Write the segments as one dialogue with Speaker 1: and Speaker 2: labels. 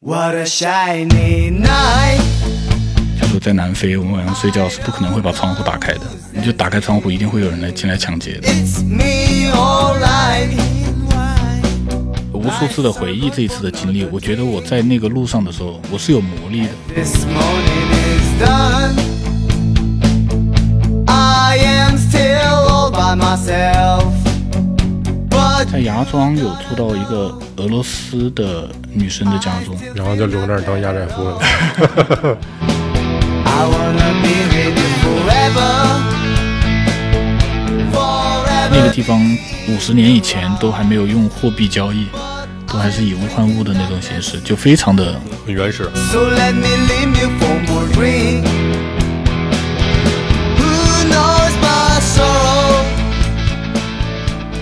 Speaker 1: 我的 Shiny Night。
Speaker 2: 他说在南非，我们晚上睡觉是不可能会把窗户打开的，你就打开窗户，一定会有人来进来抢劫的。
Speaker 1: It's me, alright.
Speaker 2: 无数次的回忆这一次的经历，我觉得我在那个路上的时候，我是有魔力的。
Speaker 1: This morning is done. I am still all by myself. But
Speaker 2: 在芽庄有住到一个俄罗斯的女生的家中，
Speaker 3: 然后就留那儿当压寨夫了。
Speaker 1: I wanna be with you forever. Forever.
Speaker 2: 那个地方五十年以前都还没有用货币交易，都还是以物换物的那种形式，就非常的
Speaker 3: 很原始，
Speaker 1: So let me leave you for more drink. Who knows my sorrow?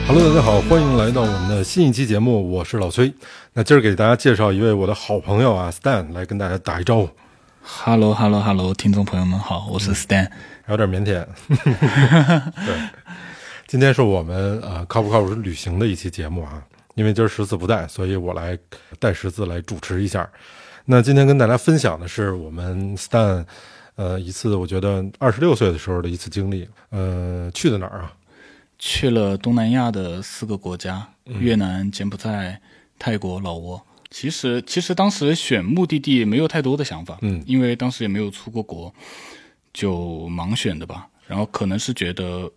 Speaker 3: Hello，大家好，欢迎来到我们的新一期节目，我是老崔。那今儿给大家介绍一位我的好朋友啊，Stan 来跟大家打一招呼，
Speaker 2: Hello Hello Hello，听众朋友们好，我是 Stan。
Speaker 3: 有点腼腆。 对，今天是我们呃靠不靠谱旅行的一期节目啊，因为今儿十字不带，所以我来带十字来主持一下。那今天跟大家分享的是我们 Stan 呃一次我觉得二十六岁的时候的一次经历，呃去的哪儿啊？
Speaker 2: 去了东南亚的四个国家：
Speaker 3: 嗯
Speaker 2: 越南、柬埔寨、泰国、老挝。其实，其实当时选目的地没有太多的想法，
Speaker 3: 嗯
Speaker 2: 因为当时也没有出过国，就盲选的吧。然后可能是觉得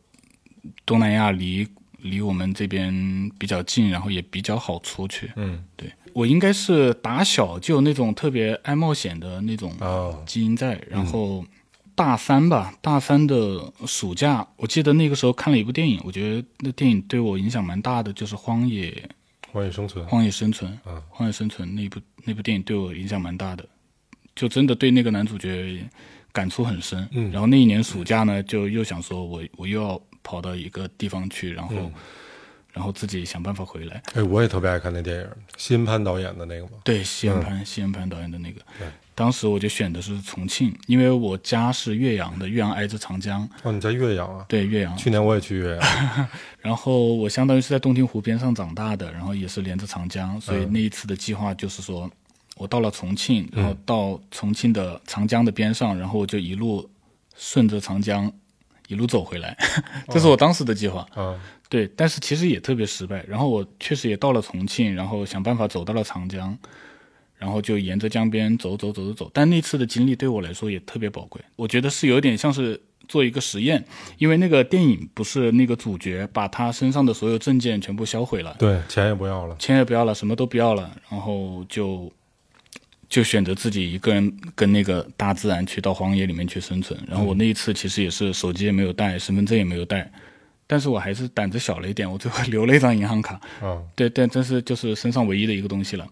Speaker 2: 东南亚离离我们这边比较近，然后也比较好出去。
Speaker 3: 嗯，
Speaker 2: 对我应该是打小就有那种特别爱冒险的那种
Speaker 3: 哦，
Speaker 2: 基因在。然
Speaker 3: 嗯
Speaker 2: 后大三吧，大三的暑假，我记得那个时候看了一部电影，我觉得那电影对我影响蛮大的，就是《荒野
Speaker 3: 荒野生存。
Speaker 2: 荒野生存》
Speaker 3: 嗯
Speaker 2: 荒野生存》那部那部电影对我影响蛮大的，就真的对那个男主角感触很深。
Speaker 3: 嗯
Speaker 2: 然后那一年暑假呢，就又想说我我又要跑到一个地方去，然后、然后自己想办法回来。
Speaker 3: 哎，我也特别爱看那电影，西恩潘导演的那个嘛。
Speaker 2: 对，西安潘，西安潘导演的那个，当时我就选的是重庆，因为我家是岳阳的，岳阳挨着长江，
Speaker 3: 哦，你在岳阳啊？
Speaker 2: 对岳阳。
Speaker 3: 去年我也去岳阳。
Speaker 2: 然后我相当于是在洞庭湖边上长大的，然后也是连着长江，所以那一次的计划就是说，我到了重庆，然后到重庆的长江的边上，然后我就一路顺着长江一路走回来， 这是我当时的计划。
Speaker 3: 啊，
Speaker 2: 对，但是其实也特别失败。然后我确实也到了重庆，然后想办法走到了长江，然后就沿着江边走走走走走。但那次的经历对我来说也特别宝贵，我觉得是有点像是做一个实验，因为那个电影不是那个主角把他身上的所有证件全部销毁了，
Speaker 3: 对，钱也不要了。
Speaker 2: 钱也不要了，什么都不要了，然后就就选择自己一个人跟那个大自然去到荒野里面去生存。然后我那一次其实也是手机也没有带，身份证也没有带，但是我还是胆子小了一点，我最后留了一张银行卡。
Speaker 3: 啊，
Speaker 2: 对，但这是就是身上唯一的一个东西了。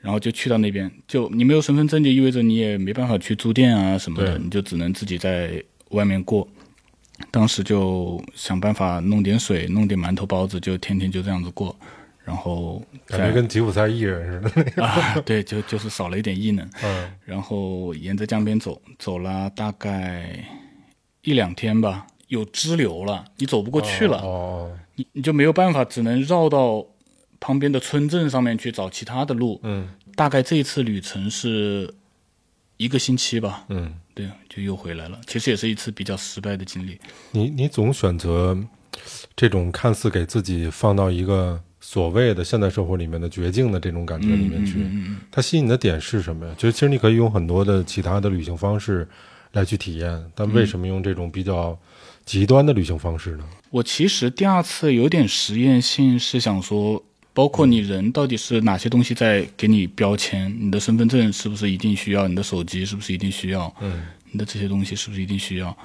Speaker 2: 然后就去到那边，就你没有身份证，就意味着你也没办法去住店啊什么的，
Speaker 3: 对
Speaker 2: 你就只能自己在外面过。当时就想办法弄点水，弄点馒头包子，就天天就这样子过。然后
Speaker 3: 感觉
Speaker 2: 在
Speaker 3: 跟吉普赛艺人 似 的。
Speaker 2: 啊，对，就就是少了一点异能。
Speaker 3: 嗯，
Speaker 2: 然后沿着江边走，走了大概一两天吧，有支流了，你走不过去了，
Speaker 3: 哦，
Speaker 2: 你你就没有办法，只能绕到旁边的村镇上面去找其他的路。
Speaker 3: 嗯
Speaker 2: 大概这一次旅程是一个星期吧，
Speaker 3: 嗯，
Speaker 2: 对，就又回来了。其实也是一次比较失败的经历。
Speaker 3: 你你总选择这种看似给自己放到一个所谓的现代社会里面的绝境的这种感觉里
Speaker 2: 嗯
Speaker 3: 面去，它吸引的点是什么呀？就是其实你可以用很多的其他的旅行方式来去体验，但为什么用这种比较极端的旅行方式呢？
Speaker 2: 我其实第二次有点实验性，是想说，包括你人到底是哪些东西在给你标签，你的身份证是不是一定需要，你的手机是不是一定需要，
Speaker 3: 嗯，
Speaker 2: 你的这些东西是不是一定需要，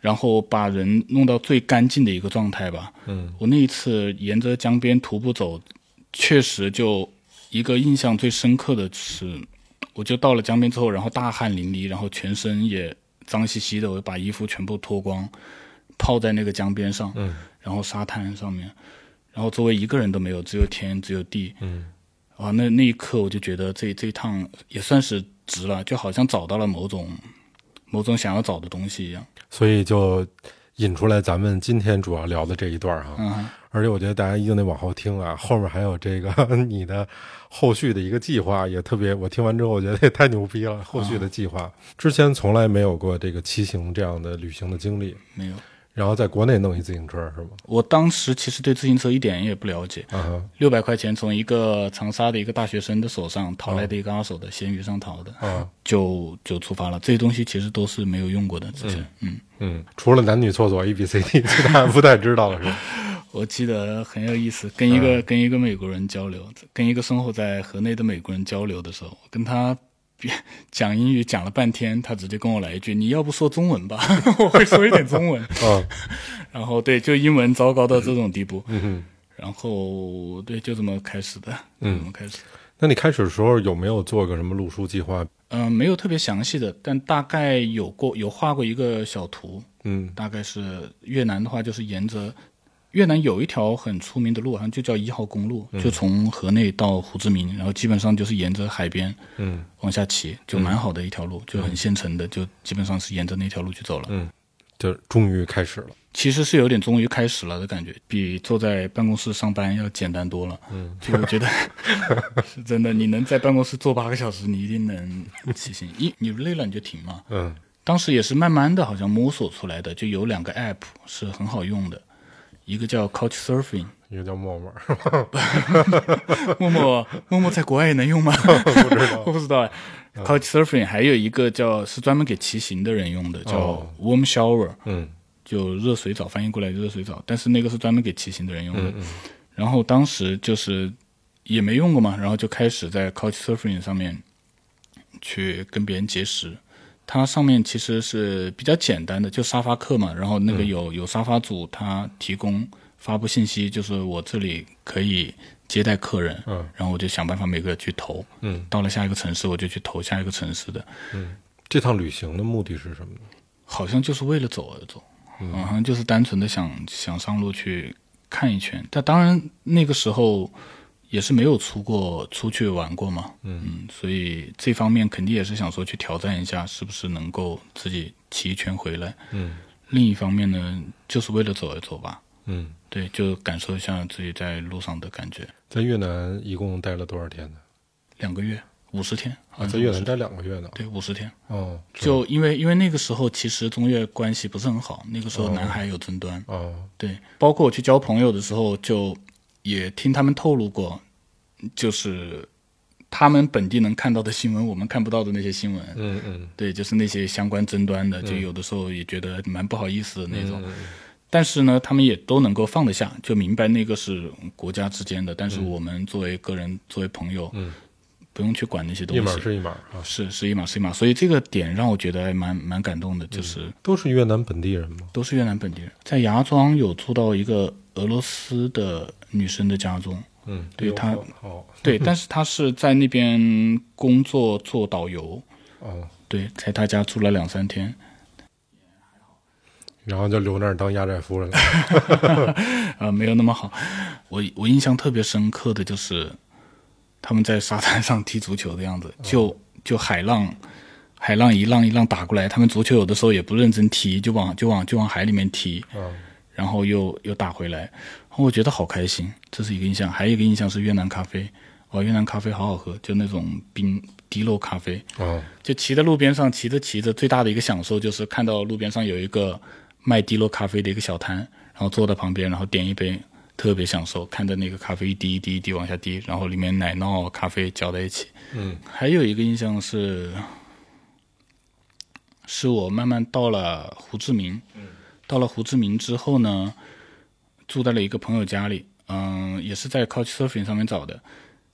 Speaker 2: 然后把人弄到最干净的一个状态吧。
Speaker 3: 嗯，
Speaker 2: 我那一次沿着江边徒步走，确实就一个印象最深刻的是，我就到了江边之后，然后大汗淋漓，然后全身也脏兮兮的，我就把衣服全部脱光，泡在那个江边上，
Speaker 3: 嗯，
Speaker 2: 然后沙滩上面，然后周围一个人都没有，只有天，只有地，
Speaker 3: 嗯，
Speaker 2: 啊，那那一刻我就觉得这这一趟也算是值了，就好像找到了某种某种想要找的东西一样。
Speaker 3: 所以就引出来咱们今天主要聊的这一段儿哈。
Speaker 2: 嗯，
Speaker 3: 而且我觉得大家一定得往后听啊，后面还有这个 你的后续的一个计划，也特别。我听完之后，我觉得也太牛逼了，后续的计划、之前从来没有过这个骑行这样的旅行的经历，
Speaker 2: 没有。
Speaker 3: 然后在国内弄一自行车是吗？
Speaker 2: 我当时其实对自行车一点也不了解，
Speaker 3: 啊哈
Speaker 2: 六百块钱从一个长沙的一个大学生的手上淘来的一个二手的，闲鱼上淘的，
Speaker 3: 啊
Speaker 2: 就就出发了。这些东西其实都是没有用过的，之前，嗯，
Speaker 3: 嗯，除了男女厕所 A B C D，其他不太知道了是吧？
Speaker 2: 我记得很有意思，跟一
Speaker 3: 嗯
Speaker 2: 个、跟一个美国人交流，跟一个生活在河内的美国人交流的时候，我跟他。别 讲英语讲了半天，他直接跟我来一句：“你要不说中文吧？” 我会说一点中文。
Speaker 3: 啊，
Speaker 2: 然后对，就英文糟糕到这种地步。
Speaker 3: 嗯哼。
Speaker 2: 然后对，就这么开始的。
Speaker 3: 嗯
Speaker 2: 就这么开始的。
Speaker 3: 那你开始的时候有没有做个什么路书计划？
Speaker 2: 嗯、没有特别详细的，但大概有过有画过一个小图，
Speaker 3: 嗯
Speaker 2: 大概是越南的话，就是沿着越南有一条很出名的路，好像就叫一号公路，
Speaker 3: 嗯
Speaker 2: 就从河内到胡志明，然后基本上就是沿着海边
Speaker 3: 嗯
Speaker 2: 往下骑，就蛮好的一条路，就很现成的，就基本上是沿着那条路去走了。
Speaker 3: 嗯，就终于开始了。
Speaker 2: 其实是有点终于开始了的感觉，比坐在办公室上班要简单多了。嗯，就我觉得是真的，你能在办公室坐八个小时，你一定能骑行。一你累了你就停嘛。
Speaker 3: 嗯
Speaker 2: 当时也是慢慢的，好像摸索出来的，就有两个 app 是很好用的，一个叫 Couchsurfing，
Speaker 3: 一个叫默默，
Speaker 2: 陌 陌陌陌在国外也能用吗？
Speaker 3: 不知道嗯
Speaker 2: 我不知道哎。Couchsurfing 还有一个叫是专门给骑行的人用的，叫
Speaker 3: 哦
Speaker 2: Warm Shower，、
Speaker 3: 嗯
Speaker 2: 就热水澡翻译过来热水澡，但是那个是专门给骑行的人用的。
Speaker 3: 嗯嗯
Speaker 2: 然后当时就是也没用过嘛，然后就开始在 Couchsurfing 上面去跟别人结识。它上面其实是比较简单的，就沙发客嘛，然后
Speaker 3: 嗯
Speaker 2: 那个有、有沙发主他提供发布信息，就是我这里可以接待客人，
Speaker 3: 嗯
Speaker 2: 然后我就想办法每个去投，
Speaker 3: 嗯。
Speaker 2: 到了下一个城市我就去投下一个城市的，
Speaker 3: 这趟旅行的目的是什么呢？
Speaker 2: 好像就是为了走而走，嗯，好像就是单纯的想想上路去看一圈。但当然那个时候也是没有出过出去玩过嘛，嗯所以这方面肯定也是想说去挑战一下，是不是能够自己骑一圈回来。
Speaker 3: 嗯
Speaker 2: 另一方面呢，就是为了走而走吧，
Speaker 3: 嗯，
Speaker 2: 对，就感受一下自己在路上的感觉。
Speaker 3: 在越南一共待了多少天呢？
Speaker 2: 两个月，五十天
Speaker 3: 啊，在越南待两个月呢。
Speaker 2: 对五十天。
Speaker 3: 哦，是
Speaker 2: 就因为因为那个时候其实中越关系不是很好，那个时候南海有争端，
Speaker 3: 哦，
Speaker 2: 对，包括我去交朋友的时候，就也听他们透露过，就是他们本地能看到的新闻，我们看不到的那些新闻。
Speaker 3: 嗯嗯
Speaker 2: 对，就是那些相关争端的，就有的时候也觉得蛮不好意思的那
Speaker 3: 嗯
Speaker 2: 种。但是呢，他们也都能够放得下，就明白那个是国家之间的，但是我们作为个人、作为朋友，
Speaker 3: 嗯
Speaker 2: 不用去管那些东
Speaker 3: 一
Speaker 2: 西。
Speaker 3: 码是一码啊，
Speaker 2: 是是一码是一码，所以这个点让我觉得还蛮蛮感动的，就是。
Speaker 3: 都是越南本地人吗？
Speaker 2: 都是越南本地人，在芽庄有住到一个俄罗斯的女生的家中，
Speaker 3: 嗯，
Speaker 2: 对
Speaker 3: 哎呦
Speaker 2: 他
Speaker 3: 好
Speaker 2: 对，但是她是在那边工作做导游，
Speaker 3: 哦，
Speaker 2: 对，在她家住了两三天，
Speaker 3: 然后就留那儿当压寨 夫人了。
Speaker 2: 啊，没有那么好。我我印象特别深刻的就是他们在沙滩上踢足球的样子，就就海浪，海浪一浪一浪打过来，他们足球有的时候也不认真踢，就往就往就往海里面踢，
Speaker 3: 嗯
Speaker 2: 然后又又打回来，然后我觉得好开心，这是一个印象。还有一个印象是越南咖啡，哇，越南咖啡好好喝，就那种冰滴漏咖啡，
Speaker 3: 哦，
Speaker 2: 就骑在路边上，骑着骑着，最大的一个享受就是看到路边上有一个卖滴漏咖啡的一个小摊，然后坐在旁边，然后点一杯，特别享受，看着那个咖啡一滴一滴一滴往下滴，然后里面奶酪、啊咖啡搅在一起。
Speaker 3: 嗯，
Speaker 2: 还有一个印象是，是我慢慢到了胡志明，到了胡志明之后呢，住在了一个朋友家里，嗯，也是在 Couchsurfing 上面找的，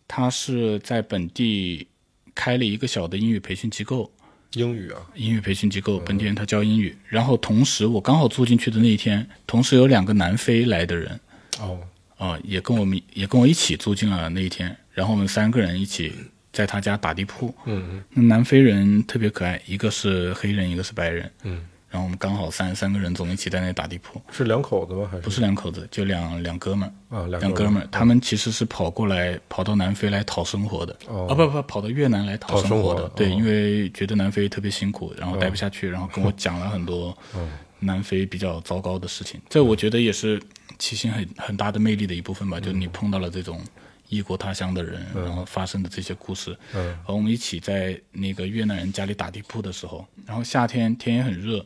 Speaker 2: 他是在本地开了一个小的英语培训机构，
Speaker 3: 英语啊，
Speaker 2: 英语培训机构，本地人他教英语，然后同时我刚好住进去的那一天，同时有两个南非来的人，
Speaker 3: 哦，
Speaker 2: 啊、也跟我们也跟我一起住进了那一天，然后我们三个人一起在他家打地铺，
Speaker 3: 嗯
Speaker 2: 那南非人特别可爱，一个是黑人，一个是白人，
Speaker 3: 嗯，
Speaker 2: 然后我们刚好三三个人总一起在那打地铺，
Speaker 3: 是两口子吗？还是
Speaker 2: 不是两口子，就两两哥们儿，
Speaker 3: 啊，
Speaker 2: 两哥们儿，他们其实是跑过来，跑到南非来讨生活的，
Speaker 3: 哦
Speaker 2: 啊不不，跑到越南来
Speaker 3: 讨
Speaker 2: 讨
Speaker 3: 生
Speaker 2: 生活的
Speaker 3: 活哦，
Speaker 2: 对，因为觉得南非特别辛苦，然后待不下去，然后跟我讲了很多
Speaker 3: 嗯
Speaker 2: 南非比较糟糕的事情。这我觉得也是骑行很很大的魅力的一部
Speaker 3: 嗯
Speaker 2: 分吧，就是你碰到了这种异国他乡的人，然后发生的这些故事。
Speaker 3: 嗯
Speaker 2: 然后我们一起在那个越南人家里打地铺的时候，然后夏天天也很热，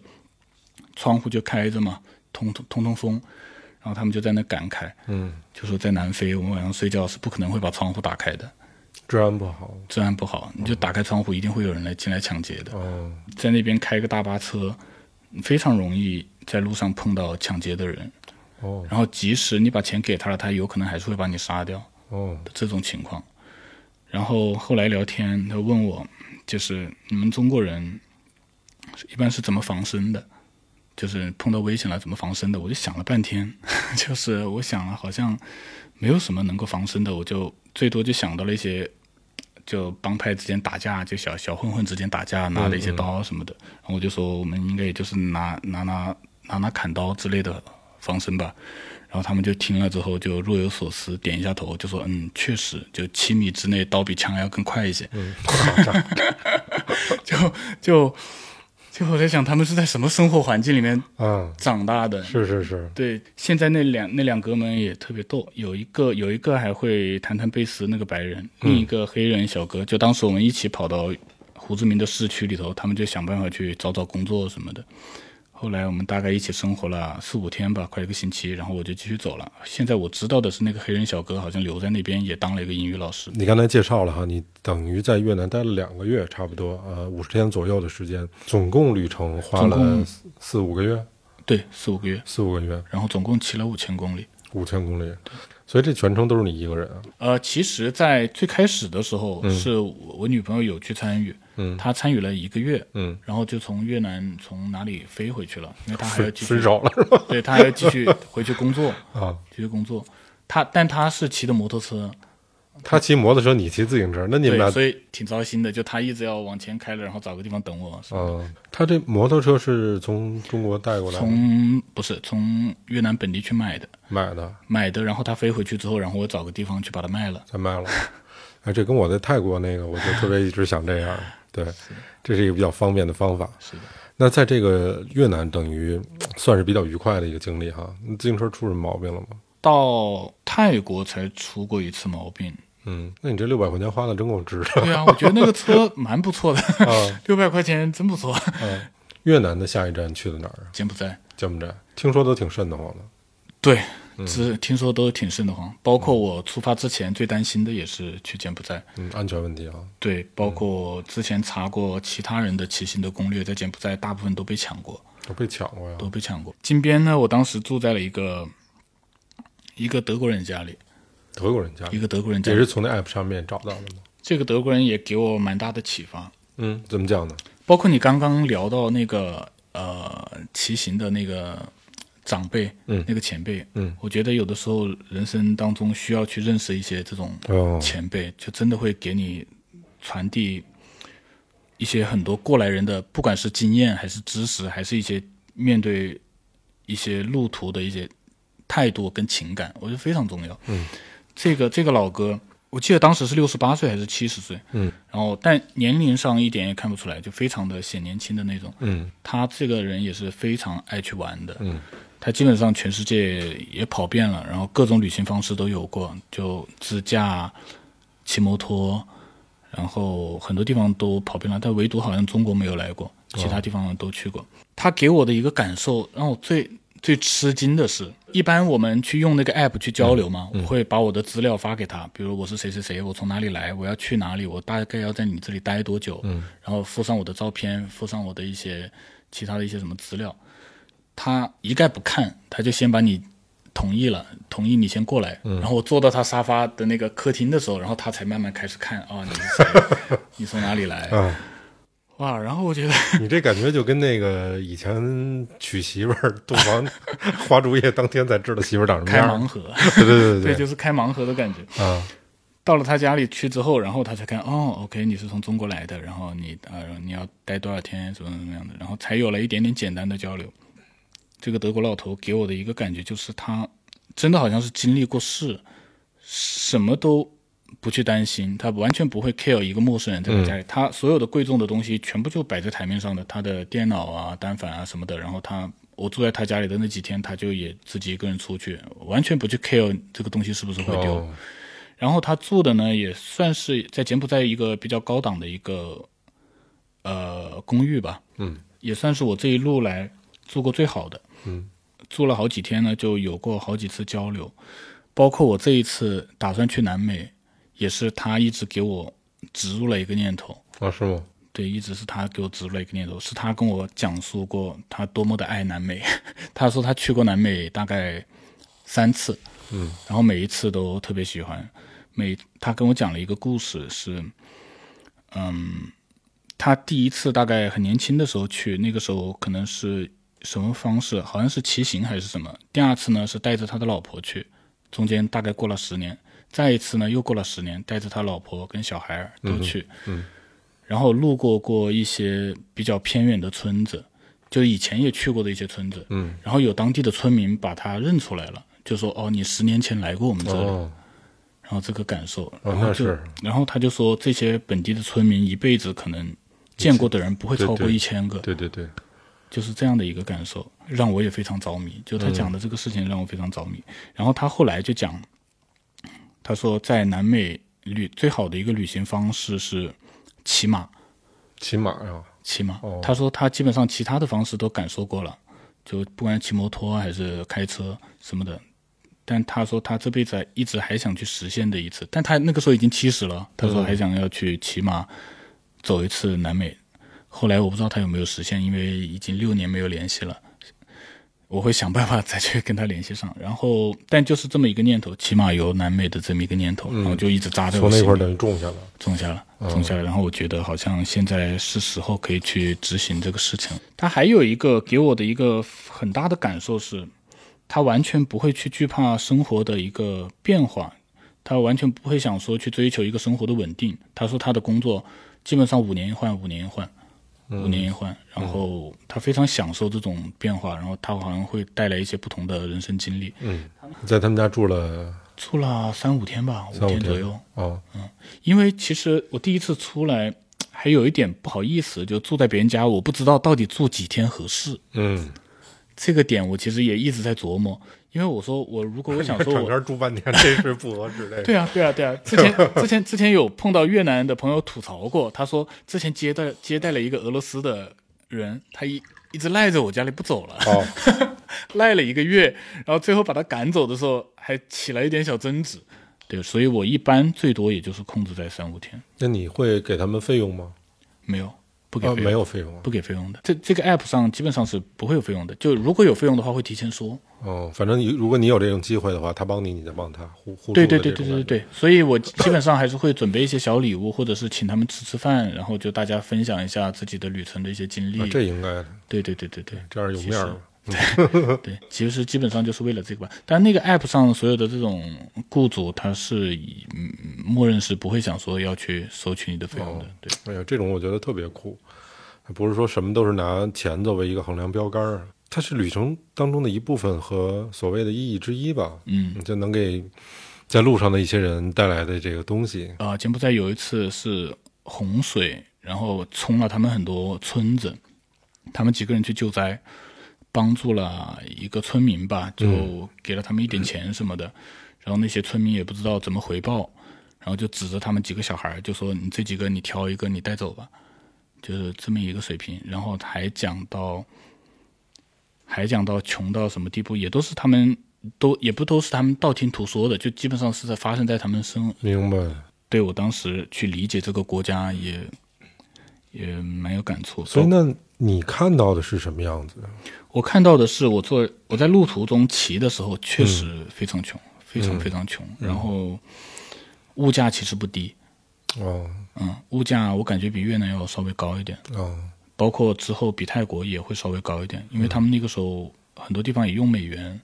Speaker 2: 窗户就开着嘛，通通通通风，然后他们就在那感慨，
Speaker 3: 嗯，
Speaker 2: 就说在南非我们晚上睡觉是不可能会把窗户打开的，
Speaker 3: 治安不好，
Speaker 2: 治安不好，你就打开窗户一定会有人来进来抢劫的。
Speaker 3: 哦，
Speaker 2: 在那边开个大巴车，非常容易在路上碰到抢劫的人。
Speaker 3: 哦，
Speaker 2: 然后即使你把钱给他了，他有可能还是会把你杀掉
Speaker 3: 哦，
Speaker 2: 的这种情况。然后后来聊天，他问我，就是你们中国人一般是怎么防身的？就是碰到危险了怎么防身的？我就想了半天， 就是我想了，好像没有什么能够防身的，我就最多就想到了一些，就帮派之间打架，就小小混混之间打架，拿了一些刀什么的。然后我就说，我们应该也就是拿拿拿拿拿砍刀之类的防身吧。然后他们就听了之后就若有所思，点一下头，就说：“嗯，确实，就七米之内刀比枪要更快一些。
Speaker 3: 嗯，好炸
Speaker 2: 就就就我在想，他们是在什么生活环境里面
Speaker 3: 啊，
Speaker 2: 长大的？
Speaker 3: 是是是，
Speaker 2: 对，现在那两那两哥们也特别逗，有一个有一个还会弹弹贝斯，那个白人，另一个黑人小哥，就当时我们一起跑到胡志明的市区里头，他们就想办法去找找工作什么的。后来我们大概一起生活了四五天吧，快一个星期，然后我就继续走了。现在我知道的是，那个黑人小哥好像留在那边也当了一个英语老师。
Speaker 3: 你刚才介绍了哈，你等于在越南待了两个月，差不多呃五十天左右的时间，总共旅程花
Speaker 2: 总共
Speaker 3: 了四四五个月，
Speaker 2: 对，四五个月，
Speaker 3: 四五个月，
Speaker 2: 然后总共骑了五千公里。
Speaker 3: 五千公里，所以这全程都是你一个人啊，
Speaker 2: 呃，其实，在最开始的时候，是我我女朋友有去参与，
Speaker 3: 嗯
Speaker 2: 她参与了一个月，
Speaker 3: 嗯，
Speaker 2: 然后就从越南从哪里飞回去了，因为她啊还要
Speaker 3: 分
Speaker 2: 继
Speaker 3: 分
Speaker 2: 续，
Speaker 3: 手了 是吧？
Speaker 2: 对她还要继续回去工作，
Speaker 3: 啊，
Speaker 2: 继续工作。她但她是骑的摩托车，
Speaker 3: 他骑摩托车，你骑自行车，那你们
Speaker 2: 对，
Speaker 3: 俩
Speaker 2: 所以挺糟心的，就她一直要往前开了，然后找个地方等我。是吧
Speaker 3: 啊，他这摩托车是从中国带过来的
Speaker 2: 从不是从越南本地去买的，
Speaker 3: 买的，
Speaker 2: 买的，然后她飞回去之后，然后我找个地方去把它卖了。
Speaker 3: 再卖了。哎，这跟我在泰国那个，我就特别一直想这 样。对，这是一个比较方便的方法。
Speaker 2: 是的，
Speaker 3: 那在这个越南，等于算是比较愉快的一个经历哈。那自行车出什么毛病了吗？
Speaker 2: 到泰国才出过一次毛病，
Speaker 3: 嗯，那你这六百块钱花的真够值的
Speaker 2: 对啊， 我觉得那个车蛮不错的，
Speaker 3: 啊！
Speaker 2: 六百块钱真不错。
Speaker 3: 越南的下一站去的哪儿啊？
Speaker 2: 柬埔寨，
Speaker 3: 柬埔寨，听说都挺瘆得慌的。
Speaker 2: 对，
Speaker 3: 嗯
Speaker 2: 只听说都挺瘆得慌。包括我出发之前最担心的也是去柬埔寨，
Speaker 3: 嗯，安全问题啊。
Speaker 2: 对，包括之前查过其他人的骑行的攻略，在柬埔寨大部分都被抢过，
Speaker 3: 都被抢过呀！
Speaker 2: 都被抢过。金边呢，我当时住在了一个一个德国人家里，
Speaker 3: 德国人家
Speaker 2: 一个德国人家
Speaker 3: 啊也
Speaker 2: 里
Speaker 3: 是，从那 app 上面找到的吗？
Speaker 2: 这个德国人也给我蛮大的启发。
Speaker 3: 嗯，怎么讲呢？
Speaker 2: 包括你刚刚聊到那个呃骑行的那个长辈，
Speaker 3: 嗯
Speaker 2: 那个前辈，
Speaker 3: 嗯，
Speaker 2: 我觉得有的时候人生当中需要去认识一些这种
Speaker 3: 哦，
Speaker 2: 前辈，就真的会给你传递一些很多过来人的，不管是经验还是知识，还是一些面对一些路途的一些态度跟情感，我觉得非常重要。
Speaker 3: 嗯，
Speaker 2: 这个这个老哥，我记得当时是六十八岁还是七十岁，
Speaker 3: 嗯，
Speaker 2: 然后但年龄上一点也看不出来，就非常的显年轻的那种。
Speaker 3: 嗯
Speaker 2: 他这个人也是非常爱去玩的，
Speaker 3: 嗯，
Speaker 2: 他基本上全世界也跑遍了，然后各种旅行方式都有过，就自驾、骑摩托，然后很多地方都跑遍了，但唯独好像中国没有来过，其他地方都去过。他给我的一个感受，让我最最吃惊的是，一般我们去用那个 app 去交流嘛，我会把我的资料发给他，比如我是谁谁谁，我从哪里来，我要去哪里，我大概要在你这里待多久，然后附上我的照片，附上我的一些其他的一些什么资料，他一概不看，他就先把你同意了，同意你先过来，然后我坐到他沙发的那个客厅的时候，然后他才慢慢开始看啊、你是谁， 你从哪里来，
Speaker 3: 啊。
Speaker 2: 哇，然后我觉得。
Speaker 3: 你这感觉就跟那个以前娶媳妇儿洞房 花烛夜当天才知道媳妇儿长什么
Speaker 2: 开
Speaker 3: 样
Speaker 2: 盲
Speaker 3: 儿，
Speaker 2: 盒，
Speaker 3: 对对
Speaker 2: 对，
Speaker 3: 对
Speaker 2: 就是开盲盒的感觉。
Speaker 3: 对啊，
Speaker 2: 到了他家里去之后，然后他才看，哦，OK，你是从中国来的，然后你呃你要待多少天，怎么怎么样的，然后才有了一点点简单的交流。这个德国老头给我的一个感觉就是，他真的好像是经历过事，什么都不去担心，他完全不会 care 一个陌生人在他家里，他所有的贵重的东西全部就摆在台面上的，他的电脑啊、单反啊什么的，然后他我住在他家里的那几天，他就也自己一个人出去，完全不去 care 这个东西是不是会丢。
Speaker 3: 哦
Speaker 2: 然后他住的呢，也算是在柬埔寨一个比较高档的一个呃公寓吧，
Speaker 3: 嗯，
Speaker 2: 也算是我这一路来住过最好的，
Speaker 3: 嗯，
Speaker 2: 住了好几天呢，就有过好几次交流，包括我这一次打算去南美，也是他一直给我植入了一个念头，
Speaker 3: 啊，是吗？
Speaker 2: 对，一直是他给我植入了一个念头，是他跟我讲述过他多么的爱南美。 他说他去过南美大概三次，嗯，然后每一次都特别喜欢。每他跟我讲了一个故事，是，嗯，他第一次大概很年轻的时候去，那个时候可能是什么方式，好像是骑行还是什么。第二次呢是带着他的老婆去，中间大概过了十年。再一次呢又过了十年，带着他老婆跟小孩儿都去。
Speaker 3: 嗯
Speaker 2: 然后路过过一些比较偏远的村子，就以前也去过的一些村子，
Speaker 3: 嗯，
Speaker 2: 然后有当地的村民把他认出来了，就说哦，你十年前来过我们这里，
Speaker 3: 哦，
Speaker 2: 然后这个感受，
Speaker 3: 哦
Speaker 2: 然后
Speaker 3: 那
Speaker 2: 就是然后他就说这些本地的村民一辈子可能见过的人不会超
Speaker 3: 对
Speaker 2: 过
Speaker 3: 对
Speaker 2: 一千个，
Speaker 3: 对对对，
Speaker 2: 就是这样的一个感受，让我也非常着迷。就他讲的这个事情让我非常着迷。然后他后来就讲，他说在南美旅最好的一个旅行方式是骑马，
Speaker 3: 骑马呀，
Speaker 2: 骑嘛，
Speaker 3: 哦
Speaker 2: 他说他基本上其他的方式都感受过了，就不管是骑摩托还是开车什么的。但他说他这辈子一直还想去实现的一次，但他那个时候已经七十
Speaker 3: 嗯
Speaker 2: 了，他说还想要去骑马走一次南美。后来我不知道他有没有实现，因为已经六年没有联系了。我会想办法再去跟他联系上，然后但就是这么一个念头，骑马游南美的这么一个念头，然后就一直扎在我
Speaker 3: 嗯从
Speaker 2: 心
Speaker 3: 那
Speaker 2: 里。
Speaker 3: 会儿等于种下了。
Speaker 2: 种下了，
Speaker 3: 嗯
Speaker 2: 种下了。然后我觉得好像现在是时候可以去执行这个事情。他还有一个给我的一个很大的感受是，他完全不会去惧怕生活的一个变化，他完全不会想说去追求一个生活的稳定。他说他的工作基本上五年一换，五年一换。
Speaker 3: 嗯
Speaker 2: 五年一换，然后他非常享受这种变化，然后他好像会带来一些不同的人生经历。
Speaker 3: 嗯，你在他们家住了
Speaker 2: 住了三五天吧，
Speaker 3: 三
Speaker 2: 五
Speaker 3: 五天
Speaker 2: 左右。
Speaker 3: 哦，
Speaker 2: 因为其实我第一次出来，还有一点不好意思，就住在别人家，我不知道到底住几天合适。
Speaker 3: 嗯，
Speaker 2: 这个点我其实也一直在琢磨，因为我说我如果我想说
Speaker 3: 整
Speaker 2: 我。
Speaker 3: 天住半天，这是不合适的。
Speaker 2: 对啊，对啊，对啊！之前之前之前有碰到越南的朋友吐槽过，他说之前接待接待了一个俄罗斯的人，他一一直赖着我家里不走了，
Speaker 3: 哦，
Speaker 2: 赖了一个月，然后最后把他赶走的时候还起了一点小争执。对，所以我一般最多也就是控制在三五天，
Speaker 3: 那你会给他们费用吗？
Speaker 2: 没有不给
Speaker 3: 啊，
Speaker 2: 费用
Speaker 3: 没有费用啊。
Speaker 2: 不给费用的。这这个 app 上基本上是不会有费用的，就如果有费用的话会提前说。
Speaker 3: 哦，反正你如果你有这种机会的话，他帮你，你再帮他，互互助
Speaker 2: 对
Speaker 3: 的
Speaker 2: 对
Speaker 3: 这
Speaker 2: 对对对
Speaker 3: 种感觉
Speaker 2: 对，对，所以我基本上还是会准备一些小礼物，或者是请他们吃吃饭，然后就大家分享一下自己的旅程的一些经历。
Speaker 3: 啊这应该的，
Speaker 2: 对对对对对，
Speaker 3: 这样有面
Speaker 2: 其
Speaker 3: 儿
Speaker 2: 实。对，其实基本上就是为了这个吧。但那个 app 上所有的这种雇主，他是以嗯默认是不会想说要去收取你的费用的。对，
Speaker 3: 哎呀，这种我觉得特别酷，不是说什么都是拿钱作为一个衡量标杆儿，它是旅程当中的一部分和所谓的意义之一吧。
Speaker 2: 嗯，
Speaker 3: 就能给在路上的一些人带来的这个东西。
Speaker 2: 啊，柬埔寨有一次是洪水，然后冲了他们很多村子，他们几个人去救灾，帮助了一个村民吧，就给了他们一点钱什么的，然后那些村民也不知道怎么回报，然后就指着他们几个小孩儿就说：“你这几个你挑一个你带走吧。”就是这么一个水平，然后还讲到，还讲到穷到什么地步，也都是他们都也不都是他们道听途说的，就基本上是在发生在他们身
Speaker 3: 明白，
Speaker 2: 对我当时去理解这个国家也也蛮有感触。
Speaker 3: 所以那你看到的是什么样子？
Speaker 2: 我看到的是我做我在路途中骑的时候，确
Speaker 3: 嗯
Speaker 2: 实非常穷，非常非常穷。然后物价其实不低，
Speaker 3: 哦
Speaker 2: 嗯，物价我感觉比越南要稍微高一点，
Speaker 3: 哦，
Speaker 2: 包括之后比泰国也会稍微高一点，因为他们
Speaker 3: 嗯
Speaker 2: 那个时候很多地方也用美元，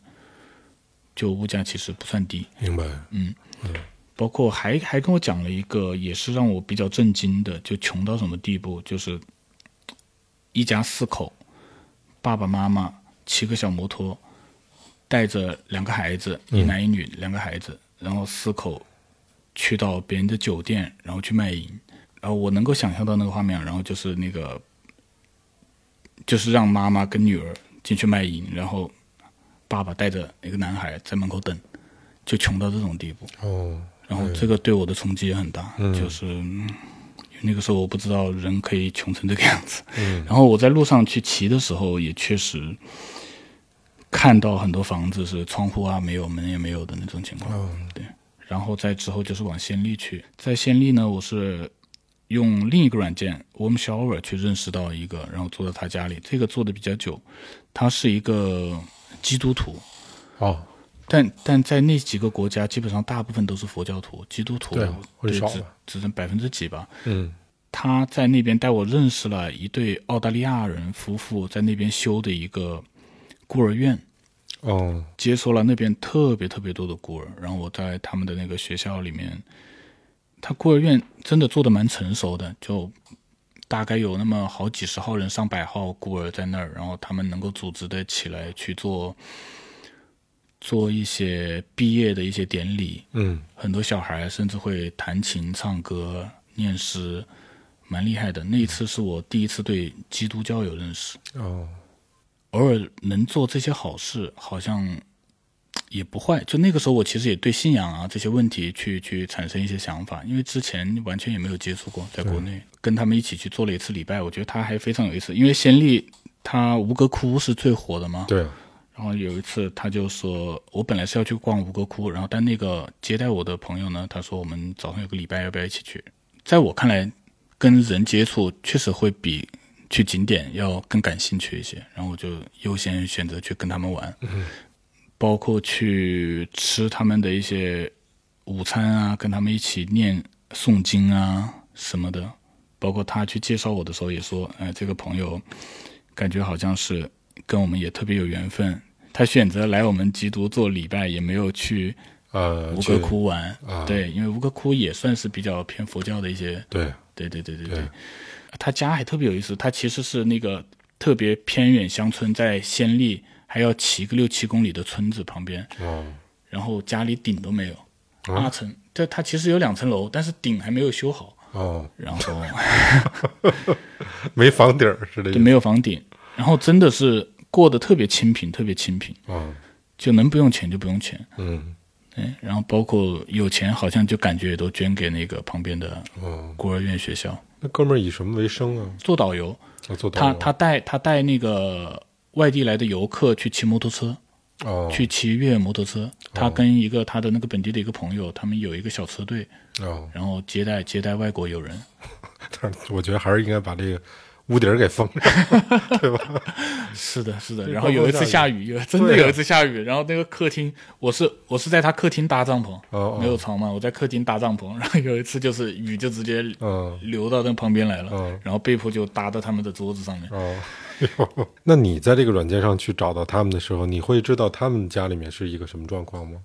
Speaker 2: 就物价其实不算低。
Speaker 3: 明白。
Speaker 2: 嗯包括还还跟我讲了一个，也是让我比较震惊的，就穷到什么地步，就是一家四口，爸爸妈妈骑个小摩托，带着两个孩子，一男一女，两个孩子，然后四口去到别人的酒店，然后去卖淫，然后我能够想象到那个画面，然后就是那个，就是让妈妈跟女儿进去卖淫，然后爸爸带着一个男孩在门口等，就穷到这种地步。
Speaker 3: 哦，
Speaker 2: 然后这个对我的冲击也很大，就是嗯因为那个时候我不知道人可以穷成这个样子。然后我在路上去骑的时候，也确实看到很多房子是窗户啊没有，门也没有的那种情况。对，然后再之后就是往县丽去，在县丽呢，我是。用另一个软件 Warm Shower 去认识到一个，然后做到他家里。这个做的比较久，他是一个基督徒，
Speaker 3: 哦，
Speaker 2: 但但在那几个国家，基本上大部分都是佛教徒，基督徒啊
Speaker 3: 对很少
Speaker 2: 只
Speaker 3: 吧
Speaker 2: 只剩百分之几吧。
Speaker 3: 嗯，
Speaker 2: 他在那边带我认识了一对澳大利亚人夫妇，在那边修的一个孤儿院，
Speaker 3: 哦，
Speaker 2: 接收了那边特别特别多的孤儿。然后我在他们的那个学校里面，他孤儿院真的做的蛮成熟的，就大概有那么好几十号人、上百号孤儿在那儿，然后他们能够组织的起来去做做一些毕业的一些典礼，
Speaker 3: 嗯，
Speaker 2: 很多小孩甚至会弹琴、唱歌、念诗，蛮厉害的。那一次是我第一次对基督教有认识，
Speaker 3: 哦，
Speaker 2: 偶尔能做这些好事，好像也不坏。就那个时候，我其实也对信仰啊这些问题去去产生一些想法，因为之前完全也没有接触过，在国内跟他们一起去做了一次礼拜，我觉得他还非常有意思。因为先例他吴哥窟是最火的嘛，
Speaker 3: 对，啊
Speaker 2: 然后有一次，他就说，我本来是要去逛吴哥窟，然后但那个接待我的朋友呢，他说我们早上有个礼拜，要不要一起去？在我看来，跟人接触确实会比去景点要更感兴趣一些，然后我就优先选择去跟他们玩，包括去吃他们的一些午餐啊，跟他们一起念诵经啊什么的，包括他去介绍我的时候也说，哎，这个朋友感觉好像是跟我们也特别有缘分。他选择来我们基督做礼拜，也没有去
Speaker 3: 呃，
Speaker 2: 吴哥，
Speaker 3: 去
Speaker 2: 窟玩，
Speaker 3: 啊
Speaker 2: 对，因为吴哥窟也算是比较偏佛教的一些，
Speaker 3: 对，
Speaker 2: 对对对对
Speaker 3: 对
Speaker 2: 对。他家还特别有意思，他其实是那个特别偏远乡村，在仙丽还要骑个六七公里的村子旁边，
Speaker 3: 哦，
Speaker 2: 然后家里顶都没有，
Speaker 3: 啊
Speaker 2: 八层，这它其实有两层楼，但是顶还没有修好，
Speaker 3: 哦，
Speaker 2: 然 后
Speaker 3: 没房顶儿是这
Speaker 2: 对
Speaker 3: 意思，
Speaker 2: 没有房顶，然后真的是过得特别清贫，特别清贫，
Speaker 3: 哦，
Speaker 2: 就能不用钱就不用钱，
Speaker 3: 嗯，
Speaker 2: 嗯，然后包括有钱好像就感觉也都捐给那个旁边的
Speaker 3: 哦，
Speaker 2: 孤儿院学校
Speaker 3: 那哥们儿以什么为生啊？
Speaker 2: 做导游，
Speaker 3: 啊做导
Speaker 2: 他
Speaker 3: 游
Speaker 2: 他带他带那个外地来的游客去骑摩托车，
Speaker 3: 哦
Speaker 2: 去骑越野摩托车，他跟一个他的那个本地的一个朋友，他们有一个小车队，
Speaker 3: 哦，
Speaker 2: 然后接待接待外国友人，
Speaker 3: 但是我觉得还是应该把这个屋顶儿给封上，对吧？
Speaker 2: 是的，是的。
Speaker 3: 对
Speaker 2: 然后有一次下雨，有真的
Speaker 3: 对啊
Speaker 2: 有一次下雨，然后那个客厅，我是我是在他客厅搭帐篷，
Speaker 3: 哦哦
Speaker 2: 没有床嘛，我在客厅搭帐篷。 然后有一次就是雨就直接
Speaker 3: 嗯，
Speaker 2: 流到那旁边来了，
Speaker 3: 嗯
Speaker 2: 然后被迫就搭到他们的桌子上面。
Speaker 3: 哦， 哎呦那你在这个软件上去找到他们的时候，你会知道他们家里面是一个什么状况吗？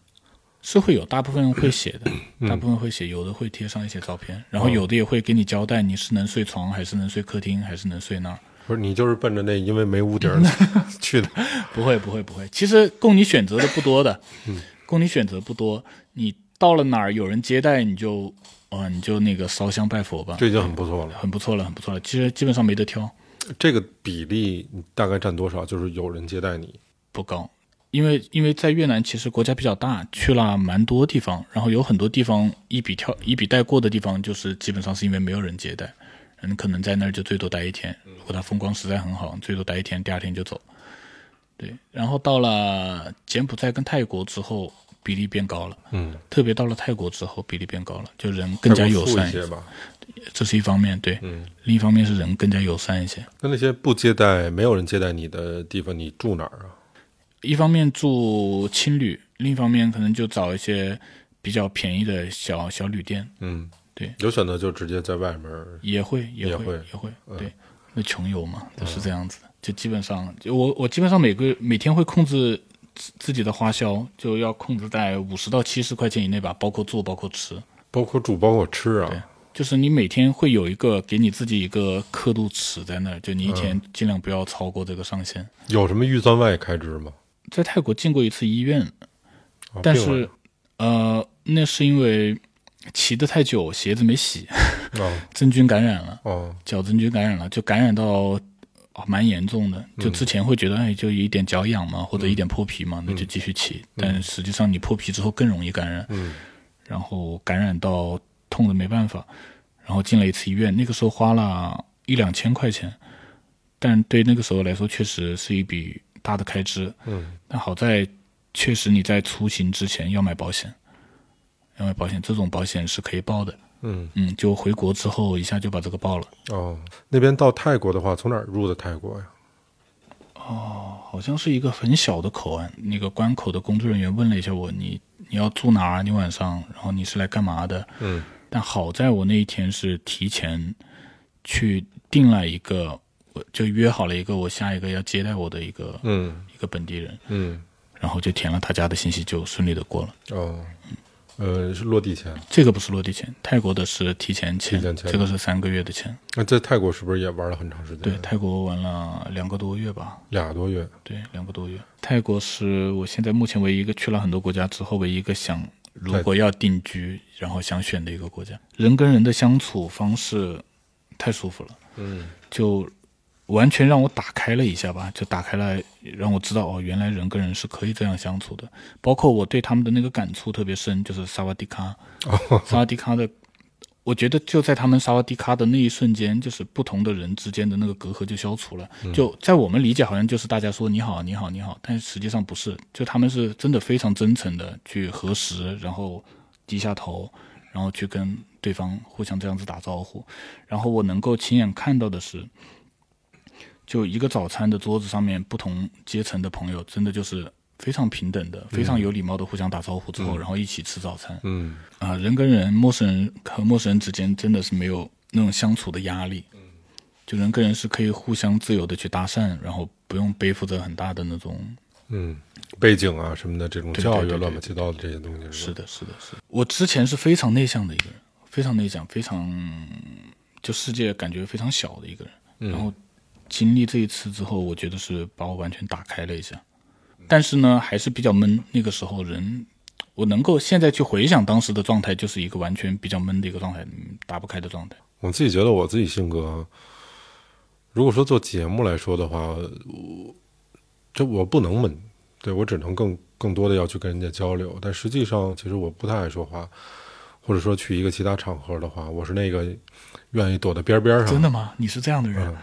Speaker 2: 是会有，大部分会写的，大部分会写，有的会贴上一些照片，然后有的也会给你交代你是能睡床，还是能睡客厅，还是能睡那儿。
Speaker 3: 不是，你就是奔着那因为没屋顶儿 去的。
Speaker 2: 不会，不会，不会。其实供你选择的不多的，供你选择不多。你到了哪儿有人接待，你就，呃，你就那个烧香拜佛吧，
Speaker 3: 这已经很不错了。
Speaker 2: 很不错了，很不错了。其实基本上没得挑，
Speaker 3: 这个比例大概占多少？就是有人接待你，
Speaker 2: 不高。因为因为在越南其实国家比较大，去了蛮多地方，然后有很多地方一笔跳一笔带过的地方，就是基本上是因为没有人接待，人可能在那儿就最多待一天，
Speaker 3: 嗯
Speaker 2: 如果他风光实在很好，最多待一天，第二天就走。对，然后到了柬埔寨跟泰国之后，比例变高了。
Speaker 3: 嗯，
Speaker 2: 特别到了泰国之后，比例变高了，就人更加友
Speaker 3: 再
Speaker 2: 善
Speaker 3: 过富一，些吧。嗯
Speaker 2: 这是一方面，对。另一方面是人更加友善一些。
Speaker 3: 那那些不接待、没有人接待你的地方，你住哪儿啊？
Speaker 2: 一方面住青旅，另一方面可能就找一些比较便宜的小小旅店，
Speaker 3: 嗯，
Speaker 2: 对，
Speaker 3: 有选择就直接在外面儿。
Speaker 2: 也会也
Speaker 3: 也
Speaker 2: 会嗯
Speaker 3: 会
Speaker 2: 也会，对，那穷游嘛，就是这样子的。就基本上，就我我基本上每个每天会控制自自己的花销，就要控制在五十到七十块钱以内吧，包括住包括吃。
Speaker 3: 包括住，包括吃啊。
Speaker 2: 就是你每天会有一个给你自己一个刻度尺在那儿，就你一天尽量不要超过这个上限。
Speaker 3: 有什么预算外开支吗？
Speaker 2: 在泰国进过一次医院，
Speaker 3: 啊
Speaker 2: 但
Speaker 3: 病
Speaker 2: 是呃，那是因为骑得太久，鞋子没洗，
Speaker 3: 人啊
Speaker 2: 真菌感染了，
Speaker 3: 哦
Speaker 2: 脚真菌感染了，就感染到啊、蛮严重的。就之前会觉得，哎，就一点脚痒嘛，或者一点破皮嘛，那就继续骑。但实际上你破皮之后更容易感染，
Speaker 3: 嗯
Speaker 2: 然后感染到痛的没办法，然后进了一次医院，那个时候花了一两千块钱，但对那个时候来说确实是一笔大的开支。
Speaker 3: 嗯
Speaker 2: 但好在确实你在出行之前要买保险，要买保险，这种保险是可以报的。
Speaker 3: 嗯
Speaker 2: 嗯，就回国之后一下就把这个报了。
Speaker 3: 哦，那边到泰国的话，从哪儿入的泰国呀？
Speaker 2: 好像是一个很小的口岸，那个关口的工作人员问了一下我，你你要住哪儿？你晚上，然后你是来干嘛的？
Speaker 3: 嗯
Speaker 2: 但好在我那一天是提前去定了一个，我就约好了一个我下一个要接待我的一个、
Speaker 3: 嗯
Speaker 2: 一个本地人，
Speaker 3: 嗯
Speaker 2: 然后就填了他家的信息，就顺利的过了。
Speaker 3: 哦，呃，是落地前。
Speaker 2: 这个不是落地签，泰国的是提前签，
Speaker 3: 提前签
Speaker 2: 这个是三个月的签。
Speaker 3: 那在泰国是不是也玩了很长时间？
Speaker 2: 对，泰国玩了两个多月吧，
Speaker 3: 俩多月。
Speaker 2: 对，两个多月。泰国是我现在目前唯一一个去了很多国家之后唯一一个想，如果要定居，然后想选的一个国家。人跟人的相处方式太舒服了，
Speaker 3: 嗯
Speaker 2: 就完全让我打开了一下吧，就打开了，让我知道哦，原来人跟人是可以这样相处的。包括我对他们的那个感触特别深，就是萨瓦迪 卡，萨瓦迪卡的。我觉得就在他们萨瓦迪卡的那一瞬间，就是不同的人之间的那个隔阂就消除了。就在我们理解，好像就是大家说你好，你好，你好，但实际上不是，就他们是真的非常真诚的去核实，然后低下头，然后去跟对方互相这样子打招呼。然后我能够亲眼看到的是，就一个早餐的桌子上面，不同阶层的朋友真的就是非常平等的、非常有礼貌的互相打招呼之后，然后一起吃早餐。
Speaker 3: 嗯
Speaker 2: 啊，人跟人、陌生人和陌生人之间真的是没有那种相处的压力。就人跟人是可以互相自由的去搭讪，然后不用背负着很大的那种。
Speaker 3: 嗯，背景啊什么的，这种
Speaker 2: 对
Speaker 3: 教
Speaker 2: 对
Speaker 3: 育
Speaker 2: 对
Speaker 3: 乱七八糟的这些东西
Speaker 2: 是的，是的，是的。我之前是非常内向的一个人，非常内向，非常就世界感觉非常小的一个人。然后经历这一次之后，我觉得是把我完全打开了一下。但是呢，还是比较闷。那个时候人，我能够现在去回想当时的状态，就是一个完全比较闷的一个状态，嗯打不开的状态。
Speaker 3: 我自己觉得我自己性格，如果说做节目来说的话，我这我不能闷，对我只能更更多的要去跟人家交流。但实际上，其实我不太爱说话，或者说去一个其他场合的话，我是那个愿意躲在边边上。
Speaker 2: 真的吗？你是这样的人？
Speaker 3: 嗯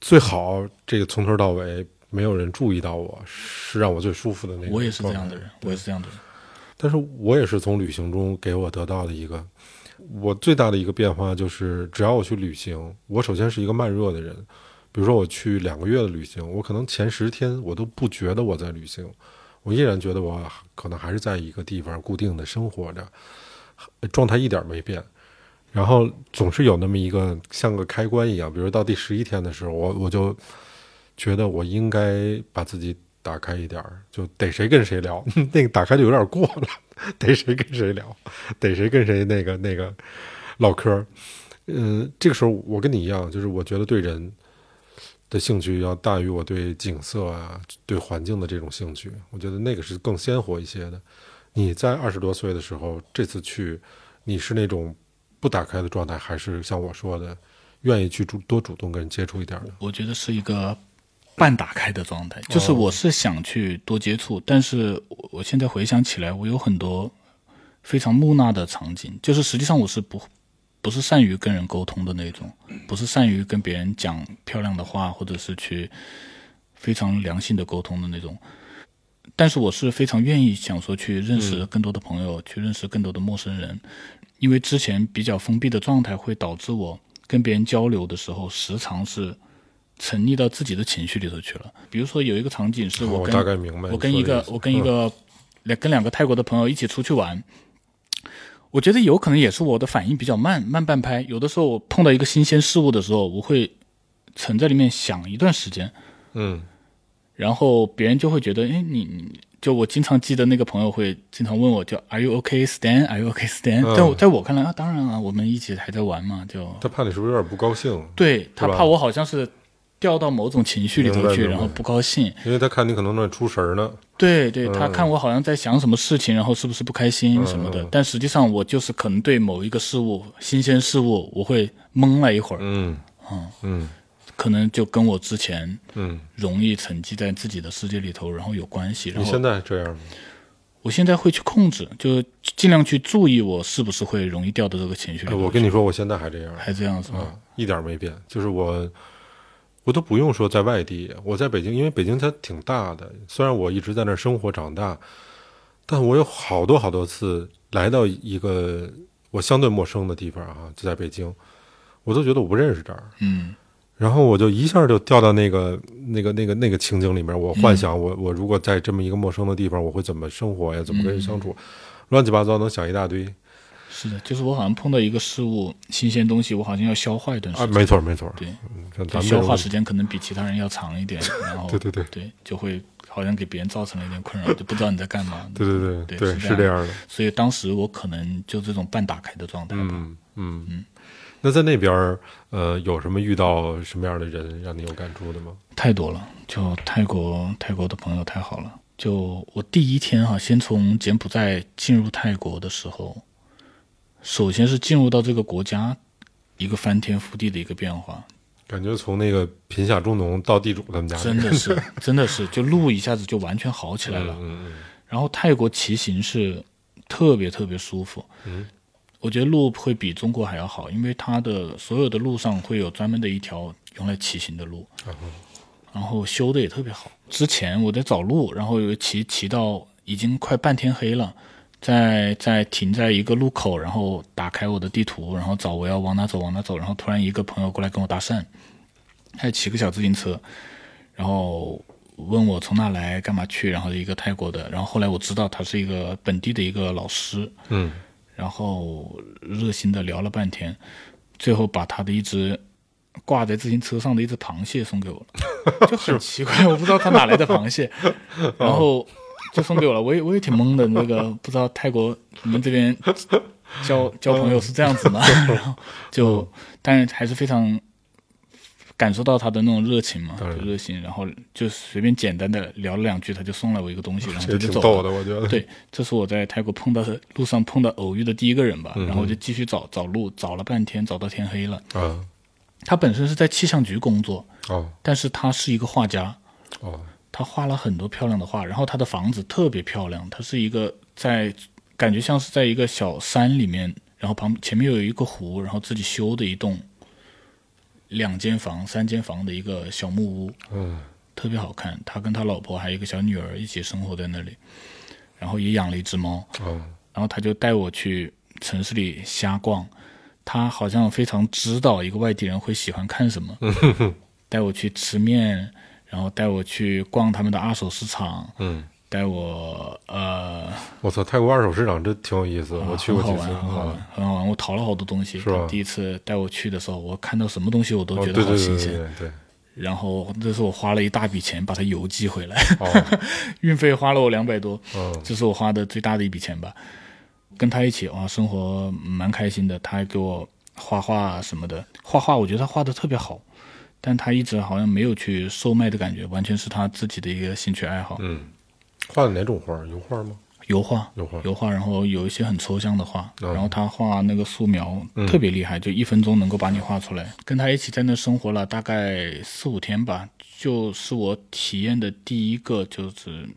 Speaker 3: 最好这个从头到尾没有人注意到我，是让我最舒服的那个。
Speaker 2: 我也是这样的人，，我也是这样的人。
Speaker 3: 但是我也是从旅行中给我得到的一个，我最大的一个变化就是，只要我去旅行，我首先是一个慢热的人。比如说我去两个月的旅行，我可能前十天我都不觉得我在旅行，我依然觉得我可能还是在一个地方固定的生活着，状态一点没变。然后总是有那么一个像个开关一样，比如到第十一天的时候，我我就觉得我应逮把自己打开一点儿，就逮谁跟谁聊， 那个打开就有点过了， 逮谁跟谁聊，逮谁跟谁那个那个唠嗑儿。嗯，这个时候我跟你一样，就是我觉得对人的兴趣要大于我对景色啊、对环境的这种兴趣，我觉得那个是更鲜活一些的。你在二十多岁的时候，这次去，你是那种不打开的状态，还是像我说的，愿意去主多主动跟人接触一点的？
Speaker 2: 我觉得是一个半打开的状态，就是我是想去多接触，但是我我现在回想起来，我有很多非常木讷的场景，就是实际上我是不不是善于跟人沟通的那种，不是善于跟别人讲漂亮的话，或者是去非常良性的沟通的那种。但是我是非常愿意想说去认
Speaker 3: 嗯
Speaker 2: 识更多的朋友，去认识更多的陌生人，因为之前比较封闭的状态会导致我跟别人交流的时候，时常是沉溺到自己的情绪里头去了。比如说有一个场景是
Speaker 3: 我
Speaker 2: 跟
Speaker 3: 哦大概明白你说的意思。
Speaker 2: 我跟一个我跟一个两跟两个泰国的朋友一起出去玩，我觉得有可能也是我的反应比较慢，慢半拍。有的时候我碰到一个新鲜事物的时候，我会沉在里面想一段时间，
Speaker 3: 嗯
Speaker 2: 然后别人就会觉得，哎，你你就我经常记得那个朋友会经常问我，就 Are you okay, Stan? Are you okay, Stan？、
Speaker 3: 嗯
Speaker 2: 在我在我看来啊，当然啊，我们一起还在玩嘛，就
Speaker 3: 他怕你是不是有点不高兴？
Speaker 2: 对他
Speaker 3: 是吧
Speaker 2: 怕我好像是掉到某种情绪里
Speaker 3: 明白
Speaker 2: 头去，
Speaker 3: 明白
Speaker 2: 然后不高兴。
Speaker 3: 因为他看你可能那出神儿呢。
Speaker 2: 对对，他看我好像在想什么事情，然后是不是不开心什么的，
Speaker 3: 嗯
Speaker 2: 但实际上我就是可能对某一个事物、新鲜事物，我会懵了一会儿，
Speaker 3: 嗯嗯
Speaker 2: 可能就跟我之前
Speaker 3: 嗯，
Speaker 2: 容易沉浸在自己的世界里头，然后有关系。然
Speaker 3: 你
Speaker 2: 后
Speaker 3: 现在这样吗？
Speaker 2: 我现在会去控制，就尽量去注意我是不是会容易掉到这个情绪里
Speaker 3: 哎，
Speaker 2: 头。
Speaker 3: 我跟你说，我现在还这样，
Speaker 2: 还这样子吗？
Speaker 3: 啊，一点儿没变，就是我，我都不用说在外地，我在北京，因为北京它挺大的，虽然我一直在那儿生活长大，但我有好多好多次来到一个我相对陌生的地方啊，就在北京，我都觉得我不认识这儿，
Speaker 2: 嗯
Speaker 3: 然后我就一下就掉到那个那个那个那个情景里面，我
Speaker 2: 嗯
Speaker 3: 幻想我、我如果在这么一个陌生的地方，我会怎么生活呀？怎么跟人相处？乱七八糟能想一大堆
Speaker 2: 嗯是的，就是我好像碰到一个事物，新鲜东西，我好像要消化一段时
Speaker 3: 啊！
Speaker 2: 间。
Speaker 3: 没错没错，
Speaker 2: 对，
Speaker 3: 嗯
Speaker 2: 就
Speaker 3: 咱咱们
Speaker 2: 消
Speaker 3: 这
Speaker 2: 化
Speaker 3: 种
Speaker 2: 时间可能比其他人要长一点，然后
Speaker 3: 对对对
Speaker 2: 对，就会好像给别人造成了一点困扰，就不知道你在干嘛。
Speaker 3: 对对
Speaker 2: 对
Speaker 3: 对对，
Speaker 2: 是
Speaker 3: 是
Speaker 2: 这
Speaker 3: 这
Speaker 2: 样
Speaker 3: 样的。
Speaker 2: 所以当时我可能就这种半打开的状态吧。
Speaker 3: 嗯嗯，那在那边儿，呃，有什么遇到什么样的人让你有感触的吗？
Speaker 2: 太多了，就泰国泰国的朋友太好了。就我第一天哈、先从柬埔寨进入泰国的时候，首先是进入到这个国家，一个翻天覆地的一个变化，
Speaker 3: 感觉从那个贫下中农到地主他们家，
Speaker 2: 真的 是真的是，就路一下子就完全好起来了。
Speaker 3: 嗯嗯
Speaker 2: 然后泰国骑行是特别特别舒服，
Speaker 3: 嗯
Speaker 2: 我觉得路会比中国还要好，因为它的所有的路上会有专门的一条用来骑行的路，
Speaker 3: 嗯
Speaker 2: 然后修的也特别好。之前我在找路，然后有骑骑到已经快半天黑了，在在停在一个路口，然后打开我的地图，然后找我要往哪走往哪走，然后突然一个朋友过来跟我搭讪，他骑个小自行车，然后问我从哪来干嘛去，然后一个泰国的，然后后来我知道他是一个本地的一个老师，
Speaker 3: 嗯
Speaker 2: 然后热心的聊了半天，最后把他的一只挂在自行车上的一只螃蟹送给我了， 就很奇怪，我不知道他哪来的螃蟹，然后就送给我了，我也我也挺懵的，那个不知道泰国你们这边交交朋友是这样子 吗？然后就，但是还是非常。感受到他的那种热情嘛，
Speaker 3: 当然
Speaker 2: 就热情，然后就随便简单的聊了两句，他就送了我一个东西，然后
Speaker 3: 这
Speaker 2: 他
Speaker 3: 也
Speaker 2: 就
Speaker 3: 挺
Speaker 2: 走了。
Speaker 3: 逗的，我觉得。
Speaker 2: 对，这是我在泰国碰到的路上碰到偶遇的第一个人吧。
Speaker 3: 嗯
Speaker 2: 然后我就继续找找路，找了半天，找到天黑了。
Speaker 3: 啊
Speaker 2: 他本身是在气象局工作，
Speaker 3: 哦
Speaker 2: 但是他是一个画家，
Speaker 3: 哦
Speaker 2: 他画了很多漂亮的画。然后他的房子特别漂亮，它是一个在感觉像是在一个小山里面，然后旁前面有一个湖，然后自己修的一栋两间房、三间房的一个小木屋。
Speaker 3: 嗯
Speaker 2: 特别好看，他跟他老婆还有一个小女儿一起生活在那里，然后也养了一只猫，
Speaker 3: 哦
Speaker 2: 然后他就带我去城市里瞎逛，他好像非常知道一个外地人会喜欢看什么，
Speaker 3: 嗯
Speaker 2: 带我去吃面，然后带我去逛他们的二手市场，
Speaker 3: 嗯，
Speaker 2: 带我呃，
Speaker 3: 我操，泰国二手市场真挺有意思，我去过
Speaker 2: 啊很
Speaker 3: 几
Speaker 2: 好
Speaker 3: 次
Speaker 2: 玩，很好玩，
Speaker 3: 啊。
Speaker 2: 很好玩，我淘了好多东西。
Speaker 3: 是吧
Speaker 2: 他第一次带我去的时候，我看到什么东西我都
Speaker 3: 哦，
Speaker 2: 觉得
Speaker 3: 对对
Speaker 2: 好
Speaker 3: 对
Speaker 2: 新
Speaker 3: 对
Speaker 2: 鲜，
Speaker 3: 对对，
Speaker 2: 然后这是我花了一大笔钱把它邮寄回来。
Speaker 3: 哦，
Speaker 2: 运费花了我两百多，
Speaker 3: 嗯
Speaker 2: 这是我花的最大的一笔钱吧。跟他一起哇，生活蛮开心的。他还给我画画什么的，画画我觉得他画的特别好，但他一直好像没有去售卖的感觉，完全是他自己的一个兴趣爱好。
Speaker 3: 嗯，画的哪种画儿？油画吗？
Speaker 2: 油画，
Speaker 3: 油画
Speaker 2: 油画，然后有一些很抽象的画，
Speaker 3: 嗯
Speaker 2: 然后他画那个素描、特别厉害，就一分钟能够把你画出来。跟他一起在那生活了大概四五天吧，就是我体验的第一个，就是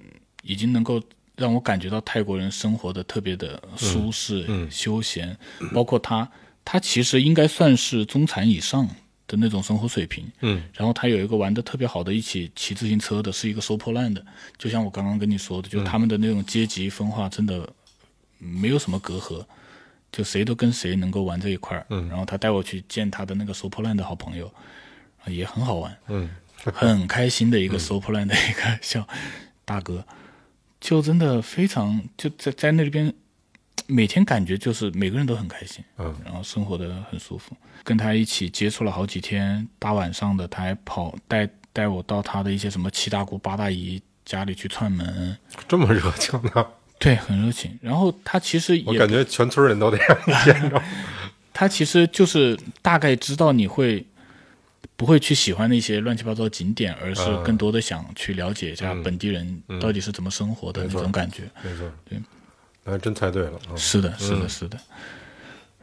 Speaker 2: 已经能够让我感觉到泰国人生活的特别的舒适、休闲，包括他，他其实应该算是中产以上的那种生活水平，
Speaker 3: 嗯，
Speaker 2: 然后他有一个玩的特别好的，一起骑自行车的，是一个收破烂的。就像我刚刚跟你说的，就他们的那种阶级分化真的没有什么隔阂，就谁都跟谁能够玩这一块儿。嗯，然后他带我去见他的那个收破烂的好朋友，啊也很好玩，
Speaker 3: 嗯，
Speaker 2: 很开心的一个收破烂的一个小大哥，就真的非常就在在那边，每天感觉就是每个人都很开心。
Speaker 3: 嗯，
Speaker 2: 然后生活的很舒服。跟他一起接触了好几天，大晚上的他还跑带带我到他的一些什么七大姑八大姨家里去串门，
Speaker 3: 这么热情呢？
Speaker 2: 对，很热情。然后他其实
Speaker 3: 我
Speaker 2: 也
Speaker 3: 感觉全村人都 得让你见着。
Speaker 2: 他其实就是大概知道你会不会去喜欢那些乱七八糟的景点，而是
Speaker 3: 啊
Speaker 2: 更多的想去了解一下本地人到底是怎么生活的
Speaker 3: 嗯没
Speaker 2: 那
Speaker 3: 错
Speaker 2: 种感觉。
Speaker 3: 没错，
Speaker 2: 对，
Speaker 3: 那还真猜对了啊。
Speaker 2: 是的，是的，是的。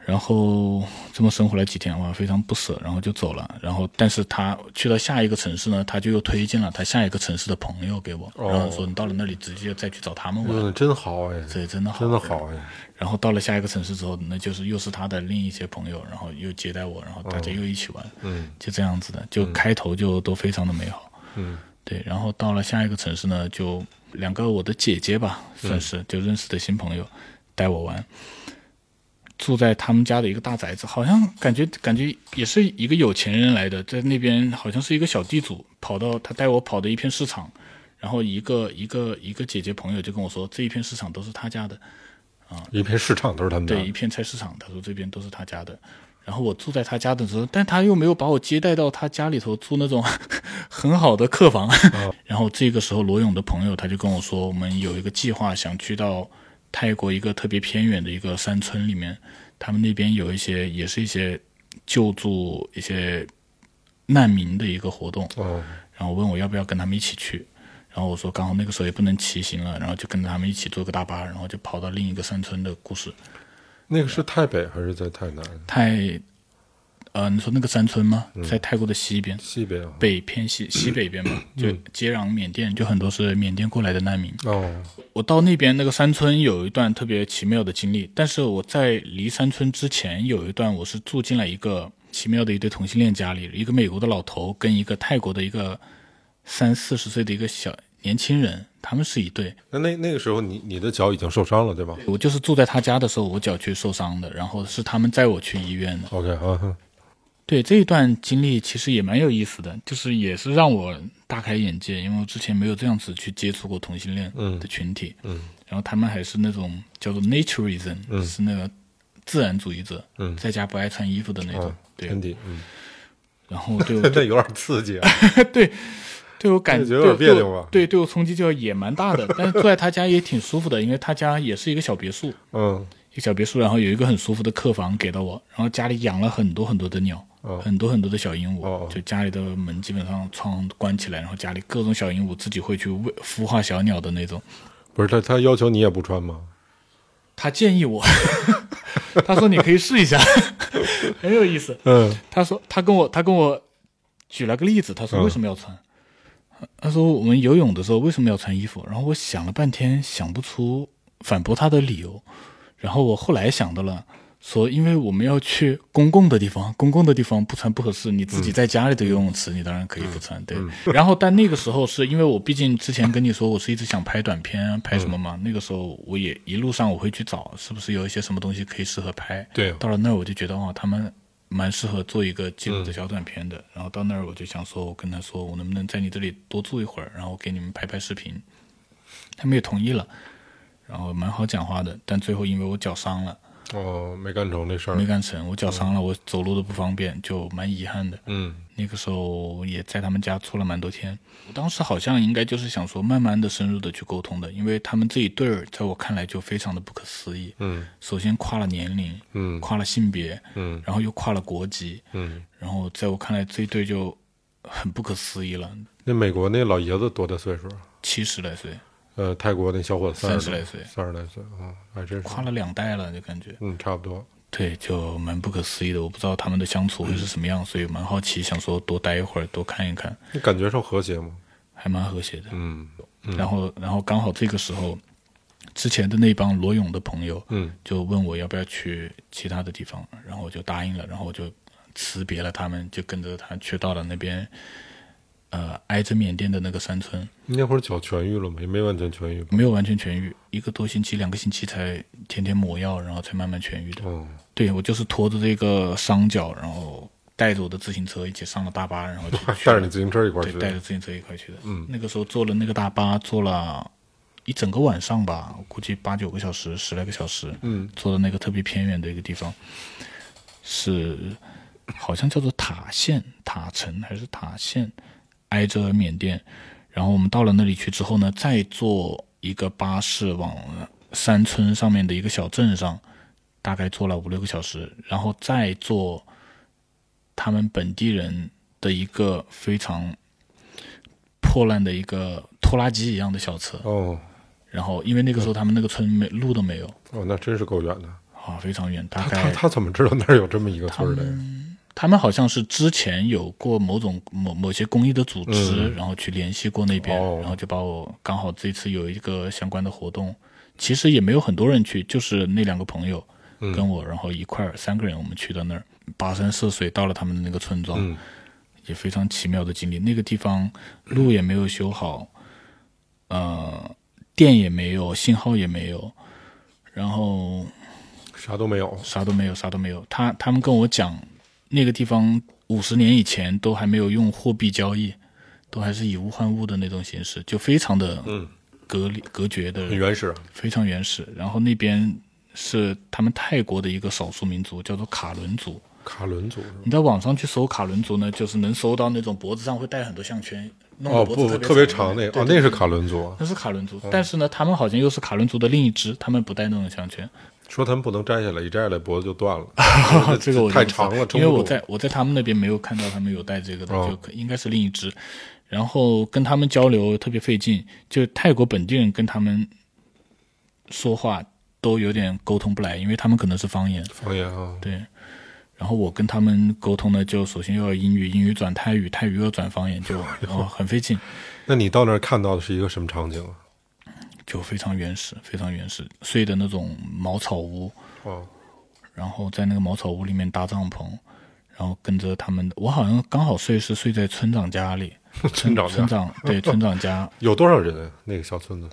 Speaker 2: 然后这么生活了几天，哇，非常不舍，然后就走了。然后，但是他去到下一个城市呢，他就又推荐了他下一个城市的朋友给我，
Speaker 3: 哦
Speaker 2: 然后说你到了那里直接再去找他们玩。
Speaker 3: 用的真好哎，
Speaker 2: 对，真的好，
Speaker 3: 真的好哎，
Speaker 2: 然后到了下一个城市之后，那就是又是他的另一些朋友，然后又接待我，然后大家又一起玩，
Speaker 3: 嗯
Speaker 2: 就这样子的，就开头就都非常的美好。
Speaker 3: 嗯，
Speaker 2: 对，然后到了下一个城市呢，就两个我的姐姐吧，算
Speaker 3: 嗯
Speaker 2: 是就认识的新朋友，带我玩，住在他们家的一个大宅子，好像感觉感觉也是一个有钱人来的，在那边好像是一个小地主，跑到他带我跑的一片市场，然后一个一个一个姐姐朋友就跟我说，这一片市场都是他家的，
Speaker 3: 一片市场都是他们家
Speaker 2: 对，一
Speaker 3: 的，
Speaker 2: 片菜市场，他说这边都是他家的。然后我住在他家的时候，但他又没有把我接待到他家里头住那种 很好的客房。然后这个时候，罗勇的朋友他就跟我说，我们有一个计划，想去到泰国一个特别偏远的一个山村里面，他们那边有一些也是一些救助一些难民的一个活动。
Speaker 3: 哦，
Speaker 2: 然后问我要不要跟他们一起去，然后我说刚好那个时候也不能骑行了，然后就跟着他们一起坐个大巴，然后就跑到另一个山村的故事。
Speaker 3: 那个是太北还是在太南
Speaker 2: 泰，呃，你说那个山村吗？在泰国的西边，
Speaker 3: 西边啊？
Speaker 2: 北偏西西北边吧，就接壤缅甸，就很多是缅甸过来的难民。
Speaker 3: 哦，
Speaker 2: 我到那边那个山村有一段特别奇妙的经历，但是我在离山村之前有一段，我是住进了一个奇妙的一对同性恋家里，一个美国的老头跟一个泰国的一个三四十岁的一个小年轻人，他们是一对。
Speaker 3: 那那那个时候你你的脚已经受伤了对吧
Speaker 2: 我就是住在他家的时候，我脚去受伤的，然后是他们载我去医院的。
Speaker 3: ？OK 啊哈，
Speaker 2: 对这一段经历其实也蛮有意思的，就是也是让我大开眼界，因为我之前没有这样子去接触过同性恋的群体。嗯，然后他们还是那种叫做 naturism，、是那个自然主义者，
Speaker 3: 嗯
Speaker 2: 在家不爱穿衣服的那种。
Speaker 3: 啊，
Speaker 2: 对，
Speaker 3: 天地，嗯，
Speaker 2: 然后对我
Speaker 3: 真的有点刺激啊，
Speaker 2: 对对我感
Speaker 3: 这有
Speaker 2: 对
Speaker 3: 点别
Speaker 2: 对
Speaker 3: 扭啊
Speaker 2: 我
Speaker 3: 吧
Speaker 2: 对对我冲击就也蛮大的，但是住在他家也挺舒服的，因为他家也是一个小别墅，
Speaker 3: 嗯
Speaker 2: 一个小别墅，然后有一个很舒服的客房给到我，然后家里养了很多很多的鸟，
Speaker 3: 哦
Speaker 2: 很多很多的小鹦鹉，
Speaker 3: 哦哦
Speaker 2: 就家里的门基本上窗关起来，然后家里各种小鹦鹉自己会去喂孵化小鸟的那种。
Speaker 3: 不是他他要求你也不穿吗？
Speaker 2: 他建议我， 他说你可以试一下， 很有意思。
Speaker 3: 嗯，
Speaker 2: 他说他跟我他跟我举了个例子，他说
Speaker 3: 嗯
Speaker 2: 为什么要穿？他说我们游泳的时候为什么要穿衣服？然后我想了半天想不出反驳他的理由，然后我后来想到了。说，因为我们要去公共的地方，公共的地方不穿不合适。你自己在家里的游泳池，你当然可以不穿，对。然后，但那个时候是因为我毕竟之前跟你说，我是一直想拍短片啊，拍什么嘛。那个时候我也一路上我会去找，是不是有一些什么东西可以适合拍。
Speaker 3: 对
Speaker 2: 到了那儿我就觉得哦，他们蛮适合做一个记录的小短片的。然后到那儿我就想说，我跟他说，我能不能在你这里多住一会儿，然后给你们拍拍视频。他们也同意了，然后蛮好讲话的。但最后因为我脚伤了，
Speaker 3: 哦，没干成那事
Speaker 2: 没
Speaker 3: 儿，
Speaker 2: 干成，我脚伤了，我走路都不方便，就蛮遗憾的。
Speaker 3: 嗯
Speaker 2: 那个时候也在他们家住了蛮多天，我当时好像应该就是想说，慢慢的、深入的去沟通的，因为他们这一对儿，在我看来就非常的不可思议。
Speaker 3: 嗯
Speaker 2: 首先跨了年龄，
Speaker 3: 嗯
Speaker 2: 跨了性别，
Speaker 3: 嗯
Speaker 2: 然后又跨了国籍，
Speaker 3: 嗯，
Speaker 2: 然后在我看来这一对就很不可思议了，
Speaker 3: 那美国那老爷子多大岁数啊？
Speaker 2: 七十来岁，
Speaker 3: 呃，泰国那小伙子
Speaker 2: 三
Speaker 3: 十
Speaker 2: 十来岁
Speaker 3: 三十来岁啊，还真是，
Speaker 2: 跨了两代了，就感觉
Speaker 3: 嗯，差不多，
Speaker 2: 对，就蛮不可思议的。我不知道他们的相处会是什么样，所以蛮好奇，想说多待一会儿，多看一看，
Speaker 3: 你感觉上和谐吗？
Speaker 2: 还蛮和谐的。
Speaker 3: 嗯
Speaker 2: 然后，然后刚好这个时候，之前的那帮罗勇的朋友
Speaker 3: 嗯
Speaker 2: 就问我要不要去其他的地方，然后我就答应了，然后我就辞别了他们，就跟着他去到了那边，呃，挨着缅甸的那个山村，
Speaker 3: 你那会儿脚痊愈了吗？也没完全痊愈吧？
Speaker 2: 没有完全痊愈，一个多星期、两个星期才天天抹药，然后才慢慢痊愈的。
Speaker 3: 哦，
Speaker 2: 对我就是拖着这个伤脚，然后带着我的自行车一起上了大巴，然后就去
Speaker 3: 带着
Speaker 2: 了
Speaker 3: 你自行车一块儿
Speaker 2: 啊对，带着
Speaker 3: 去，
Speaker 2: 自行车一块去的。
Speaker 3: 嗯
Speaker 2: 那个时候坐了那个大巴，坐了一整个晚上吧，我估计八九个小时，十来个小时。
Speaker 3: 嗯，
Speaker 2: 坐到那个特别偏远的一个地方，是好像叫做塔县、塔城还是塔县，挨着缅甸。然后我们到了那里去之后呢，再坐一个巴士往山村上面的一个小镇上，大概坐了五六个小时，然后再坐他们本地人的一个非常破烂的一个拖拉机一样的小车。
Speaker 3: 哦
Speaker 2: 然后因为那个时候他们那个村没路都没有，
Speaker 3: 哦，那真是够远的，
Speaker 2: 啊，非常远，大
Speaker 3: 他
Speaker 2: 概
Speaker 3: 他他怎么知道那儿有这么一个村儿的呀？
Speaker 2: 他们好像是之前有过某种某某些公益的组织，然后去联系过那边，
Speaker 3: 嗯哦
Speaker 2: 然后就把我刚好这次有一个相关的活动，其实也没有很多人去，就是那两个朋友
Speaker 3: 嗯
Speaker 2: 跟我，然后一块儿三个人我们去的那儿，跋山涉水到了他们的那个村庄，
Speaker 3: 嗯
Speaker 2: 也非常奇妙的经历。那个地方路也没有修好，呃，电也没有，信号也没有，然后
Speaker 3: 啥都没有。
Speaker 2: 啥都没有，啥都没有。他他们跟我讲，那个地方五十年以前都还没有用货币交易，都还是以物换物的那种形式，就非常的
Speaker 3: 嗯
Speaker 2: 隔离、隔绝的
Speaker 3: 很原始，啊
Speaker 2: 非常原始。然后那边是他们泰国的一个少数民族，叫做卡伦族。
Speaker 3: 卡伦族是吧
Speaker 2: 你在网上去搜卡伦族呢，就是能搜到那种脖子上会戴很多项圈，弄得
Speaker 3: 哦，
Speaker 2: 脖
Speaker 3: 不，
Speaker 2: 子
Speaker 3: 特别长那个，
Speaker 2: 对
Speaker 3: 哦，
Speaker 2: 对对
Speaker 3: 那嗯是卡伦族。
Speaker 2: 那是卡伦族，但是呢，他们好像又是卡伦族的另一支，他们不戴那种项圈。，
Speaker 3: 说他们不能摘下来，一摘下来脖子就断了
Speaker 2: 啊这个我就
Speaker 3: 太
Speaker 2: 不知道
Speaker 3: 长了，
Speaker 2: 因为
Speaker 3: 撑不
Speaker 2: 我
Speaker 3: 住
Speaker 2: 在我在他们那边没有看到他们有带这个的，
Speaker 3: 哦
Speaker 2: 就可应该是另一支。然后跟他们交流特别费劲，就泰国本地人跟他们说话都有点沟通不来，因为他们可能是方言。
Speaker 3: 方言啊，
Speaker 2: 对，然后我跟他们沟通呢，就首先又要英语，英语转泰语，泰语又转方言，就 然后很费劲，
Speaker 3: 那你到那儿看到的是一个什么场景啊？
Speaker 2: 就非常原始，非常原始，睡的那种茅草屋，
Speaker 3: 哦，
Speaker 2: 然后在那个茅草屋里面搭帐篷，然后跟着他们。我好像刚好睡是睡在村长家里，
Speaker 3: 村长
Speaker 2: 村
Speaker 3: 家
Speaker 2: 长对村长家
Speaker 3: 有多少人啊？那个小村子，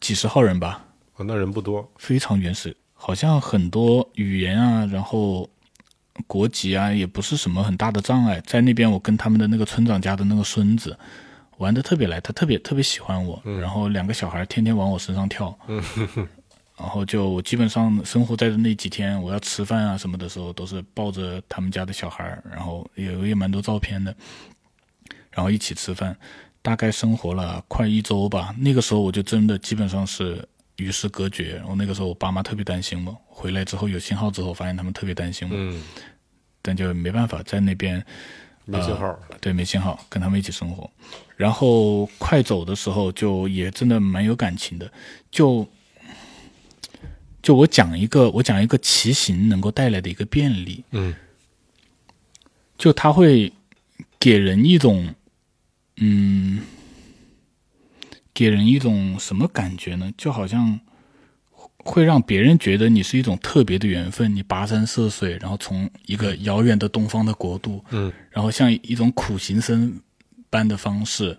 Speaker 2: 几十号人吧，
Speaker 3: 哦，那人不多，
Speaker 2: 非常原始，好像很多语言啊，然后国籍啊，也不是什么很大的障碍。在那边，我跟他们的那个村长家的那个孙子玩的特别来，他特别特别喜欢我，然后两个小孩天天往我身上跳，然后就我基本上生活在的那几天，我要吃饭啊什么的时候，都是抱着他们家的小孩儿，然后有也蛮多照片的，然后一起吃饭，大概生活了快一周吧。那个时候我就真的基本上是与世隔绝。然后那个时候我爸妈特别担心我，回来之后有信号之后，发现他们特别担心我，
Speaker 3: 嗯，
Speaker 2: 但就没办法在那边
Speaker 3: 没信号，
Speaker 2: 对，没信号，跟他们一起生活。然后快走的时候，就也真的蛮有感情的。就就我讲一个，我讲一个骑行能够带来的一个便利，
Speaker 3: 嗯，
Speaker 2: 就它会给人一种，嗯，给人一种什么感觉呢？就好像会让别人觉得你是一种特别的缘分，你跋山涉水，然后从一个遥远的东方的国度，
Speaker 3: 嗯，
Speaker 2: 然后像一种苦行僧般的方式，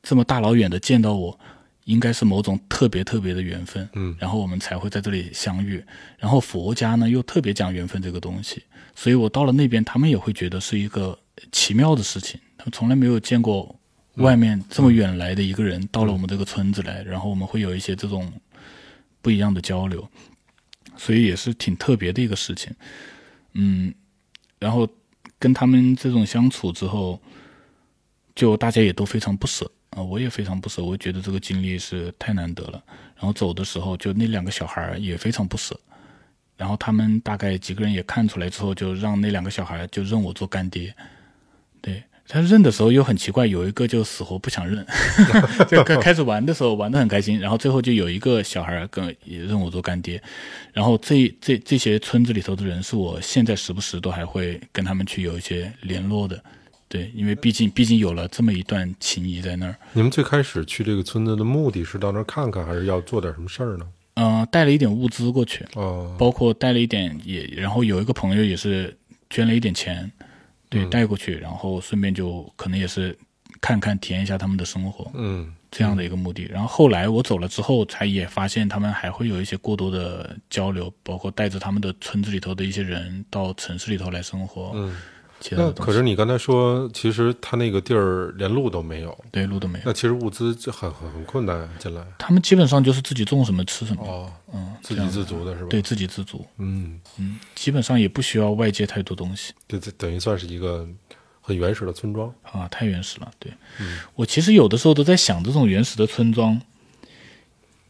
Speaker 2: 这么大老远的见到我，应该是某种特别特别的缘分，
Speaker 3: 嗯，
Speaker 2: 然后我们才会在这里相遇。然后佛家呢又特别讲缘分这个东西，所以我到了那边，他们也会觉得是一个奇妙的事情，他们从来没有见过。外面这么远来的一个人到了我们这个村子来，然后我们会有一些这种不一样的交流，所以也是挺特别的一个事情。嗯，然后跟他们这种相处之后，就大家也都非常不舍啊、我也非常不舍，我觉得这个经历是太难得了。然后走的时候，就那两个小孩儿也非常不舍，然后他们大概几个人也看出来之后，就让那两个小孩儿就认我做干爹，对。他认的时候又很奇怪，有一个就死活不想认， 就开开始玩的时候玩的很开心，然后最后就有一个小孩儿跟也认我做干爹，然后这这这些村子里头的人，是我现在时不时都还会跟他们去有一些联络的，对，因为毕竟毕竟有了这么一段情谊在那儿，
Speaker 3: 你们最开始去这个村子的目的是到那儿看看，还是要做点什么事儿呢？
Speaker 2: 嗯、带了一点物资过去，
Speaker 3: 哦，
Speaker 2: 包括带了一点也，然后有一个朋友也是捐了一点钱，对，带过去，然后顺便就可能也是看看体验一下他们的生活，
Speaker 3: 嗯，
Speaker 2: 这样的一个目的。然后后来我走了之后，才也发现他们还会有一些过多的交流，包括带着他们的村子里头的一些人到城市里头来生活。
Speaker 3: 嗯，
Speaker 2: 其他
Speaker 3: 那
Speaker 2: 的东
Speaker 3: 可
Speaker 2: 西
Speaker 3: 是你刚才说，其实他那个地儿连路都没有，
Speaker 2: 对路都没有
Speaker 3: 那。其实物资就很很很困难进来。
Speaker 2: 他们基本上就是自己种什么吃什么，
Speaker 3: 哦，
Speaker 2: 嗯，
Speaker 3: 自
Speaker 2: 这
Speaker 3: 给
Speaker 2: 样
Speaker 3: 自足的是吧？
Speaker 2: 对，自给自足，
Speaker 3: 嗯，
Speaker 2: 嗯，基本上也不需要外界太多东西
Speaker 3: 这这等于算是一个很原始的村庄。
Speaker 2: 啊，太原始了。对、我其实有的时候都在想这种原始的村庄，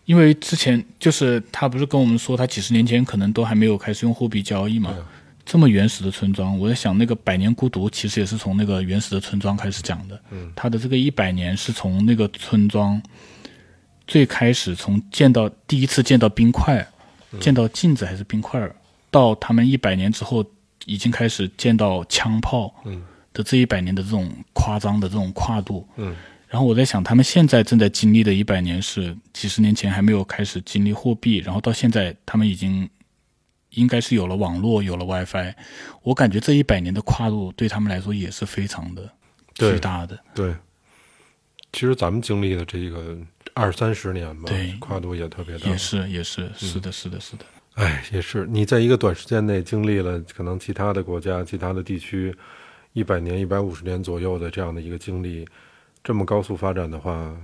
Speaker 2: 因为之前就是他不是跟我们说他几十年前可能都还没有开始用货币交易嘛，
Speaker 3: 对啊
Speaker 2: 这么原始的村庄，我在想那个《百年孤独》其实也是从那个原始的村庄开始讲的。嗯，它的这个一百年是从那个村庄最开始从见到第一次见到冰块，
Speaker 3: 嗯
Speaker 2: 见到镜子还是冰块儿，到他们一百年之后，已经开始见到枪炮
Speaker 3: 嗯
Speaker 2: 的这一百年的这种夸张的这种跨度。
Speaker 3: 嗯
Speaker 2: 然后我在想，他们现在正在经历的一百年是几十年前还没有开始经历货币，然后到现在他们已经应该是有了网络，有了 WiFi。我感觉这一百年的跨度对他们来说也是非常的
Speaker 3: 对
Speaker 2: 巨大的。
Speaker 3: 对。其实咱们经历的这个二三十年吧
Speaker 2: 对，
Speaker 3: 跨度也特别大。
Speaker 2: 也是，也是，是的，是的，是的，
Speaker 3: 哎，也是，你在一个短时间内经历了可能其他的国家、其他的地区一百年、一百五十年左右的这样的一个经历，这么高速发展的话，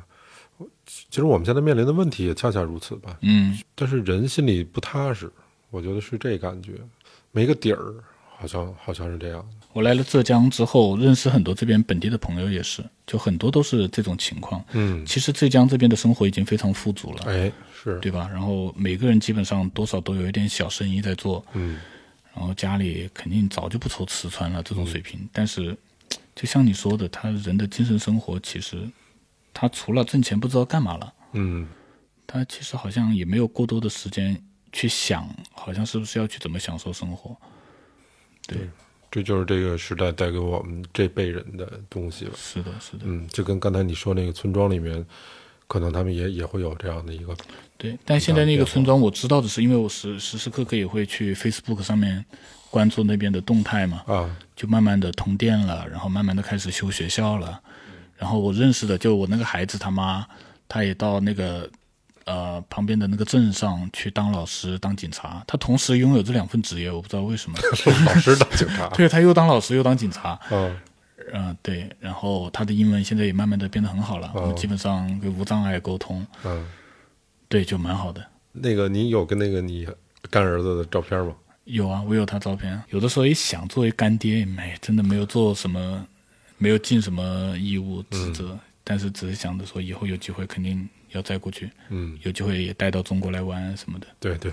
Speaker 3: 其其实我们现在面临的问题也恰恰如此吧。
Speaker 2: 嗯，
Speaker 3: 但是人心里不踏实，我觉得是这感觉，没个底儿，好像好像是这样。
Speaker 2: 我来了浙江之后，认识很多这边本地的朋友，也是，就很多都是这种情况。
Speaker 3: 嗯，
Speaker 2: 其实浙江这边的生活已经非常富足了，
Speaker 3: 哎，是，
Speaker 2: 对吧？然后每个人基本上多少都有一点小生意在做，
Speaker 3: 嗯，
Speaker 2: 然后家里肯定早就不愁吃穿了这种水平。但是，就像你说的，他人的精神生活其实，他除了挣钱不知道干嘛了，
Speaker 3: 嗯，
Speaker 2: 他其实好像也没有过多的时间去想，好像是不是要去怎么享受生活。
Speaker 3: 这就是这个时代带给我们这辈人的东西吧。
Speaker 2: 是的，是的，
Speaker 3: 嗯，就跟刚才你说那个村庄里面，可能他们也也会有这样的一个
Speaker 2: 对。但现在那个村庄，我知道的是，因为我时时时刻刻也会去 Facebook 上面关注那边的动态嘛，
Speaker 3: 啊，
Speaker 2: 就慢慢的通电了，然后慢慢的开始修学校了。然后我认识的，就我那个孩子他妈，他也到那个呃旁边的那个镇上去当老师、当警察。他同时拥有这两份职业，我不知道为什么。
Speaker 3: 老师当警 察
Speaker 2: 对，他又当老师又当警察。
Speaker 3: 啊，
Speaker 2: 嗯、对。然后他的英文现在也慢慢的变得很好了，我们基本上无障碍沟通，
Speaker 3: 嗯，
Speaker 2: 对，就蛮好的。
Speaker 3: 那个你有跟那个你干儿子的照片吗？
Speaker 2: 有啊，我有他照片。有的时候一想，作为干爹，没真的没有做什么，没有尽什么义务职责，但是只是想着说，以后有机会肯定要再过去，
Speaker 3: 嗯，
Speaker 2: 有机会也带到中国来玩啊什么的，
Speaker 3: 对对，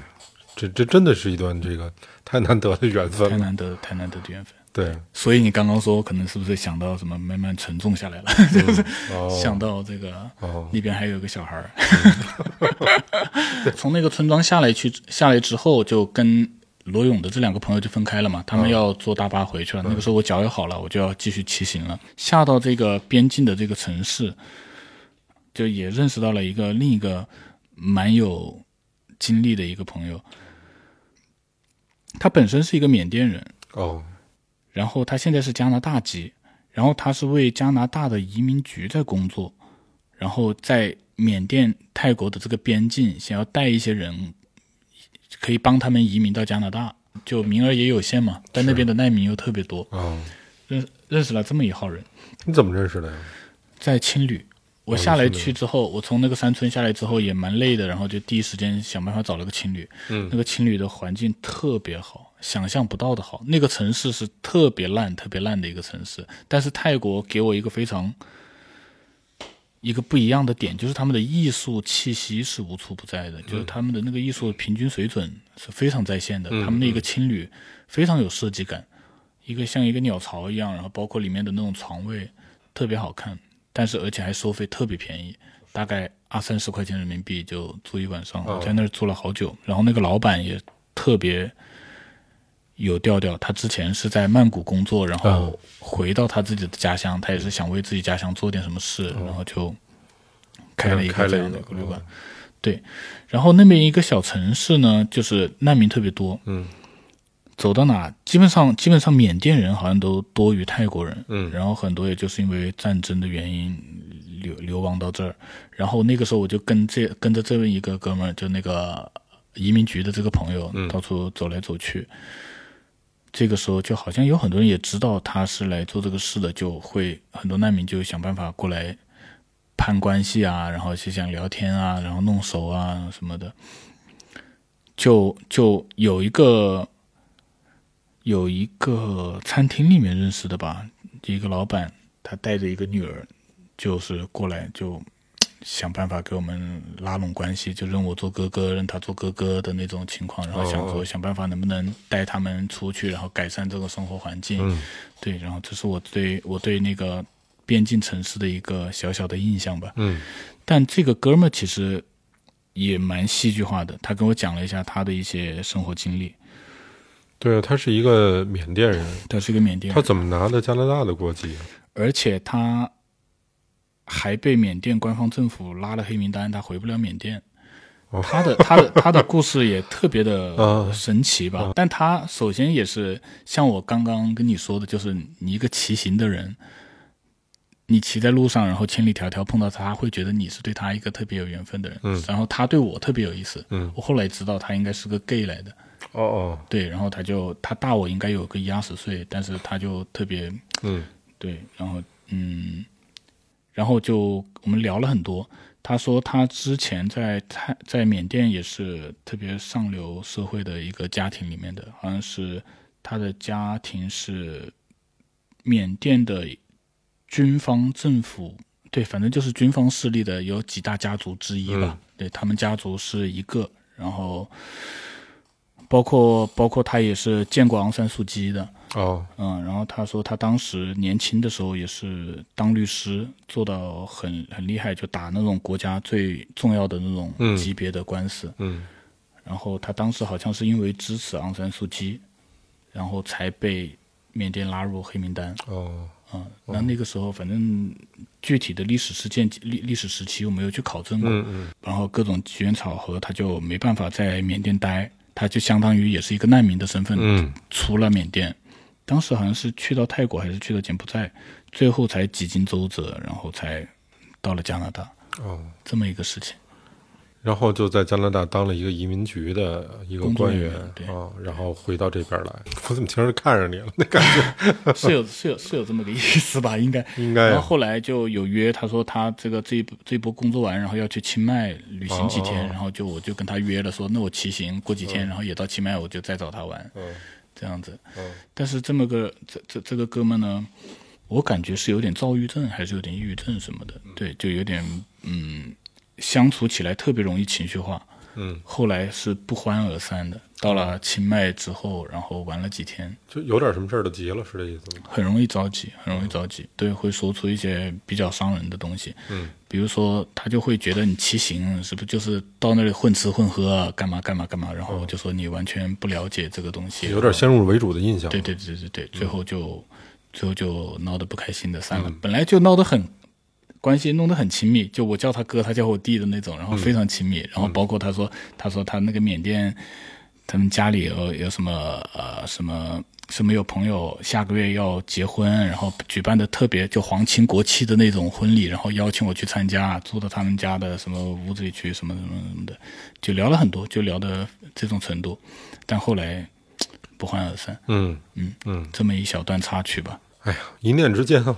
Speaker 3: 这这真的是一段这个太难得的缘
Speaker 2: 太
Speaker 3: 分了。
Speaker 2: 难得太难得的缘分。
Speaker 3: 对，
Speaker 2: 所以你刚刚说，可能是不是想到什么，慢慢沉重下来了， 就是想到这个
Speaker 3: 哦
Speaker 2: 那边还有一个小孩儿。 从那个村庄下来去下来之后，就跟罗勇的这两个朋友就分开了嘛，他们要坐大巴回去了。那个时候我脚也好了，我就要继续骑行了。下到这个边境的这个城市，就也认识到了一个另一个蛮有经历的一个朋友，他本身是一个缅甸人。
Speaker 3: 哦，
Speaker 2: 然后他现在是加拿大籍，然后他是为加拿大的移民局在工作，然后在缅甸、泰国的这个边境，想要带一些人，可以帮他们移民到加拿大，就名额也有限嘛，但那边的难民又特别多，
Speaker 3: 哦，
Speaker 2: 认认识了这么一号人，
Speaker 3: 你怎么认识的呀？
Speaker 2: 在青旅。我下来去之后，我从那个山村下来之后也蛮累的，然后就第一时间想办法找了个青旅。
Speaker 3: 嗯
Speaker 2: 那个青旅的环境特别好，想象不到的好。那个城市是特别烂、特别烂的一个城市，但是泰国给我一个非常一个不一样的点，就是他们的艺术气息是无处不在的，就是他们的那个艺术平均水准是非常在线的。他们的一个青旅非常有设计感，一个像一个鸟巢一样，然后包括里面的那种床位特别好看，但是而且还收费特别便宜，大概二三十块钱人民币就住一晚上。
Speaker 3: 哦
Speaker 2: 我在那儿住了好久，然后那个老板也特别有调调，他之前是在曼谷工作，然
Speaker 3: 嗯
Speaker 2: 后回到他自己的家乡，他也是想为自己家乡做点什么事，然后就开了一
Speaker 3: 嗯
Speaker 2: 个
Speaker 3: 开了
Speaker 2: 这
Speaker 3: 一
Speaker 2: 样的
Speaker 3: 个嗯
Speaker 2: 旅馆。对，然后那边一个小城市呢，就是难民特别多，
Speaker 3: 嗯，
Speaker 2: 走到哪基本上基本上缅甸人好像都多于泰国人，
Speaker 3: 嗯
Speaker 2: 然后很多也就是因为战争的原因流流亡到这儿，然后那个时候我就跟这跟着这么一个哥们儿，就那个移民局的这个朋友，到处走来走去。这个时候就好像有很多人也知道他是来做这个事的，就会很多难民就想办法过来攀关系啊，然后就想聊天啊，然后弄熟啊什么的。就就有一个有一个餐厅里面认识的吧，一个老板，他带着一个女儿，就是过来就想办法给我们拉拢关系，就认我做哥哥，认他做哥哥的那种情况，然后想说想办法能不能带他们出去，然后改善这个生活环境。对，然后这是我对我对那个边境城市的一个小小的印象吧。
Speaker 3: 嗯
Speaker 2: 但这个哥们儿其实也蛮戏剧化的。他跟我讲了一下他的一些生活经历。
Speaker 3: 对，啊他是一个缅甸人，
Speaker 2: 他是一个缅甸
Speaker 3: 他
Speaker 2: 人，
Speaker 3: 怎么拿的加拿大的国籍啊？
Speaker 2: 而且他还被缅甸官方政府拉了黑名单，他回不了缅甸。
Speaker 3: 哦
Speaker 2: 他的他的他的故事也特别的
Speaker 3: 啊
Speaker 2: 神奇吧，但他首先也是像我刚刚跟你说的，就是你一个骑行的人，你骑在路上，然后千里迢迢碰到他，他会觉得你是对他一个特别有缘分的人，
Speaker 3: 嗯
Speaker 2: 然后他对我特别有意思，
Speaker 3: 嗯
Speaker 2: 我后来知道他应该是个 gay 来的，
Speaker 3: 哦哦，
Speaker 2: 对，然后他就他大我应该有个一二十岁，但是他就特别
Speaker 3: 嗯
Speaker 2: 对，然后嗯，然后就我们聊了很多。他说他之前在泰在缅甸也是特别上流社会的一个家庭里面的，好像是他的家庭是缅甸的军方政府，对，反正就是军方势力的有几大家族之一吧。对他们家族是一个，然后包括包括他也是见过昂山素季的，
Speaker 3: 哦，
Speaker 2: 嗯，然后他说他当时年轻的时候也是当律师，做到很很厉害，就打那种国家最重要的那种
Speaker 3: 嗯
Speaker 2: 级别的官司。
Speaker 3: 嗯
Speaker 2: 然后他当时好像是因为支持昂山素季，然后才被缅甸拉入黑名单。
Speaker 3: 哦，
Speaker 2: 啊、那那个时候反正具体的历史事件历历史时期我没有去考证过，
Speaker 3: 嗯嗯，
Speaker 2: 然后各种机缘巧合，他就没办法在缅甸待，他就相当于也是一个难民的身份，
Speaker 3: 嗯
Speaker 2: 除了缅甸，当时好像是去到泰国还是去到柬埔寨，最后才几经周折，然后才到了加拿大，
Speaker 3: 哦，
Speaker 2: 这么一个事情。
Speaker 3: 然后就在加拿大当了一个移民局的一个
Speaker 2: 工作
Speaker 3: 官
Speaker 2: 人
Speaker 3: 员
Speaker 2: 员
Speaker 3: 啊、
Speaker 2: 对
Speaker 3: 然后回到这边来。我怎么听着看着你了？那个
Speaker 2: 是有是有是有这么个意思吧，应该。
Speaker 3: 应该
Speaker 2: 然后
Speaker 3: 啊
Speaker 2: 后来就有约，他说他这个这一波这一波工作完，然后要去清迈旅行几天，
Speaker 3: 哦哦哦
Speaker 2: 然后就我就跟他约了说，那我骑行过几天，然后也到清迈，我就再找他玩，
Speaker 3: 嗯
Speaker 2: 这样子。
Speaker 3: 嗯
Speaker 2: 但是这么个这这这个哥们呢，我感觉是有点躁郁症，还是有点抑郁症什么的，对，就有点嗯，相处起来特别容易情绪化。
Speaker 3: 嗯，
Speaker 2: 后来是不欢而散的。到了清迈之后，然后玩了几天，
Speaker 3: 就有点什么事儿就急了，是这意思吗？
Speaker 2: 很容易着急，很容易着急，对，会说出一些比较伤人的东西。
Speaker 3: 嗯，
Speaker 2: 比如说他就会觉得你骑行是不是就是到那里混吃混喝啊，干嘛干嘛干嘛，然后就说你完全不了解这个东西，
Speaker 3: 有点先入为主的印象。
Speaker 2: 对对对对对，最后就、最后就闹得不开心的散了。本来就闹得很关系弄得很亲密，就我叫他哥，他叫我弟的那种，然后非常亲密。然后包括他说，他说他那个缅甸，他们家里有有什么呃什么。什么有朋友下个月要结婚，然后举办的特别就皇亲国戚的那种婚礼，然后邀请我去参加，住到他们家的什么屋子里去，什么什么什么的，就聊了很多，就聊的这种程度，但后来不欢而散。
Speaker 3: 嗯，
Speaker 2: 这么一小段插曲吧。
Speaker 3: 哎呀，一念之间哈、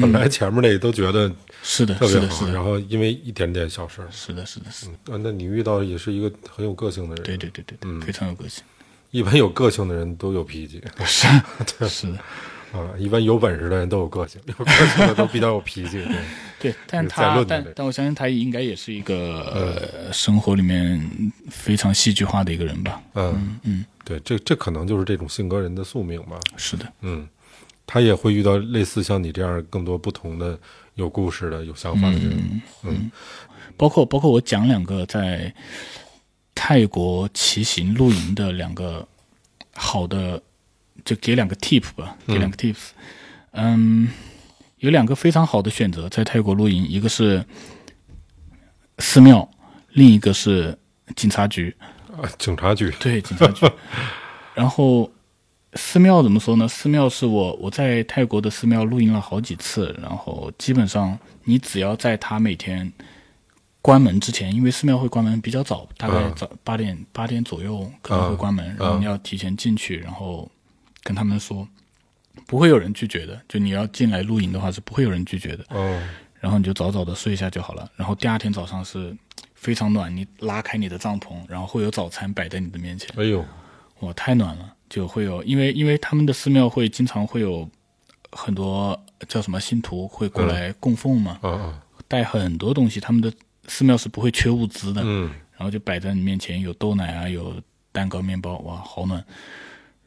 Speaker 3: 本来前面那都觉得
Speaker 2: 嗯是的，
Speaker 3: 特
Speaker 2: 是
Speaker 3: 别
Speaker 2: 的，
Speaker 3: 好，
Speaker 2: 是的，
Speaker 3: 然后因为一点点小事儿、
Speaker 2: 是的，是的，是的，
Speaker 3: 啊，那你遇到也是一个很有个性的人。
Speaker 2: 对对对对
Speaker 3: 嗯
Speaker 2: 对，非常有个 性。
Speaker 3: 一般有个性的人都有脾气
Speaker 2: 是，是的，
Speaker 3: 啊，一般有本事的人都有个性，有个性的都比较有脾气。对，
Speaker 2: 对。但是
Speaker 3: 在
Speaker 2: 他但
Speaker 3: 论，嗯坛里
Speaker 2: 但我相信他应该也是一个呃生活里面非常戏剧化的一个人吧。
Speaker 3: 嗯嗯，对，这这可能就是这种性格人的宿命吧。
Speaker 2: 是的，
Speaker 3: 嗯，他也会遇到类似像你这样更多不同的有故事的、有想法的人。
Speaker 2: 嗯包括包括我讲两个在泰国骑行露营的两个好的，就给两个 tip 吧，给两个 tips。嗯有两个非常好的选择在泰国露营，一个是寺庙，另一个是警察局。
Speaker 3: 啊，警察局，
Speaker 2: 对，警察局。然后寺庙怎么说呢？寺庙是我我在泰国的寺庙露营了好几次，然后基本上你只要在它每天关门之前，因为寺庙会关门比较早，大概
Speaker 3: 嗯
Speaker 2: 早八点八点左右可能会关门，然后你要提前进去，然后跟他们说。不会有人拒绝的，就你要进来露营的话是不会有人拒绝的。
Speaker 3: 哦，
Speaker 2: 然后你就早早的睡一下就好了。然后第二天早上是非常暖，你拉开你的帐篷，然后会有早餐摆在你的面前。
Speaker 3: 哎呦，
Speaker 2: 哇，哦太暖了，就会有，因为因为他们的寺庙会经常会有很多叫什么信徒会过来供奉嘛，
Speaker 3: 啊啊，
Speaker 2: 带很多东西，他们的寺庙是不会缺物资的，
Speaker 3: 嗯，
Speaker 2: 然后就摆在你面前，有豆奶啊，有蛋糕、面包，哇，好暖。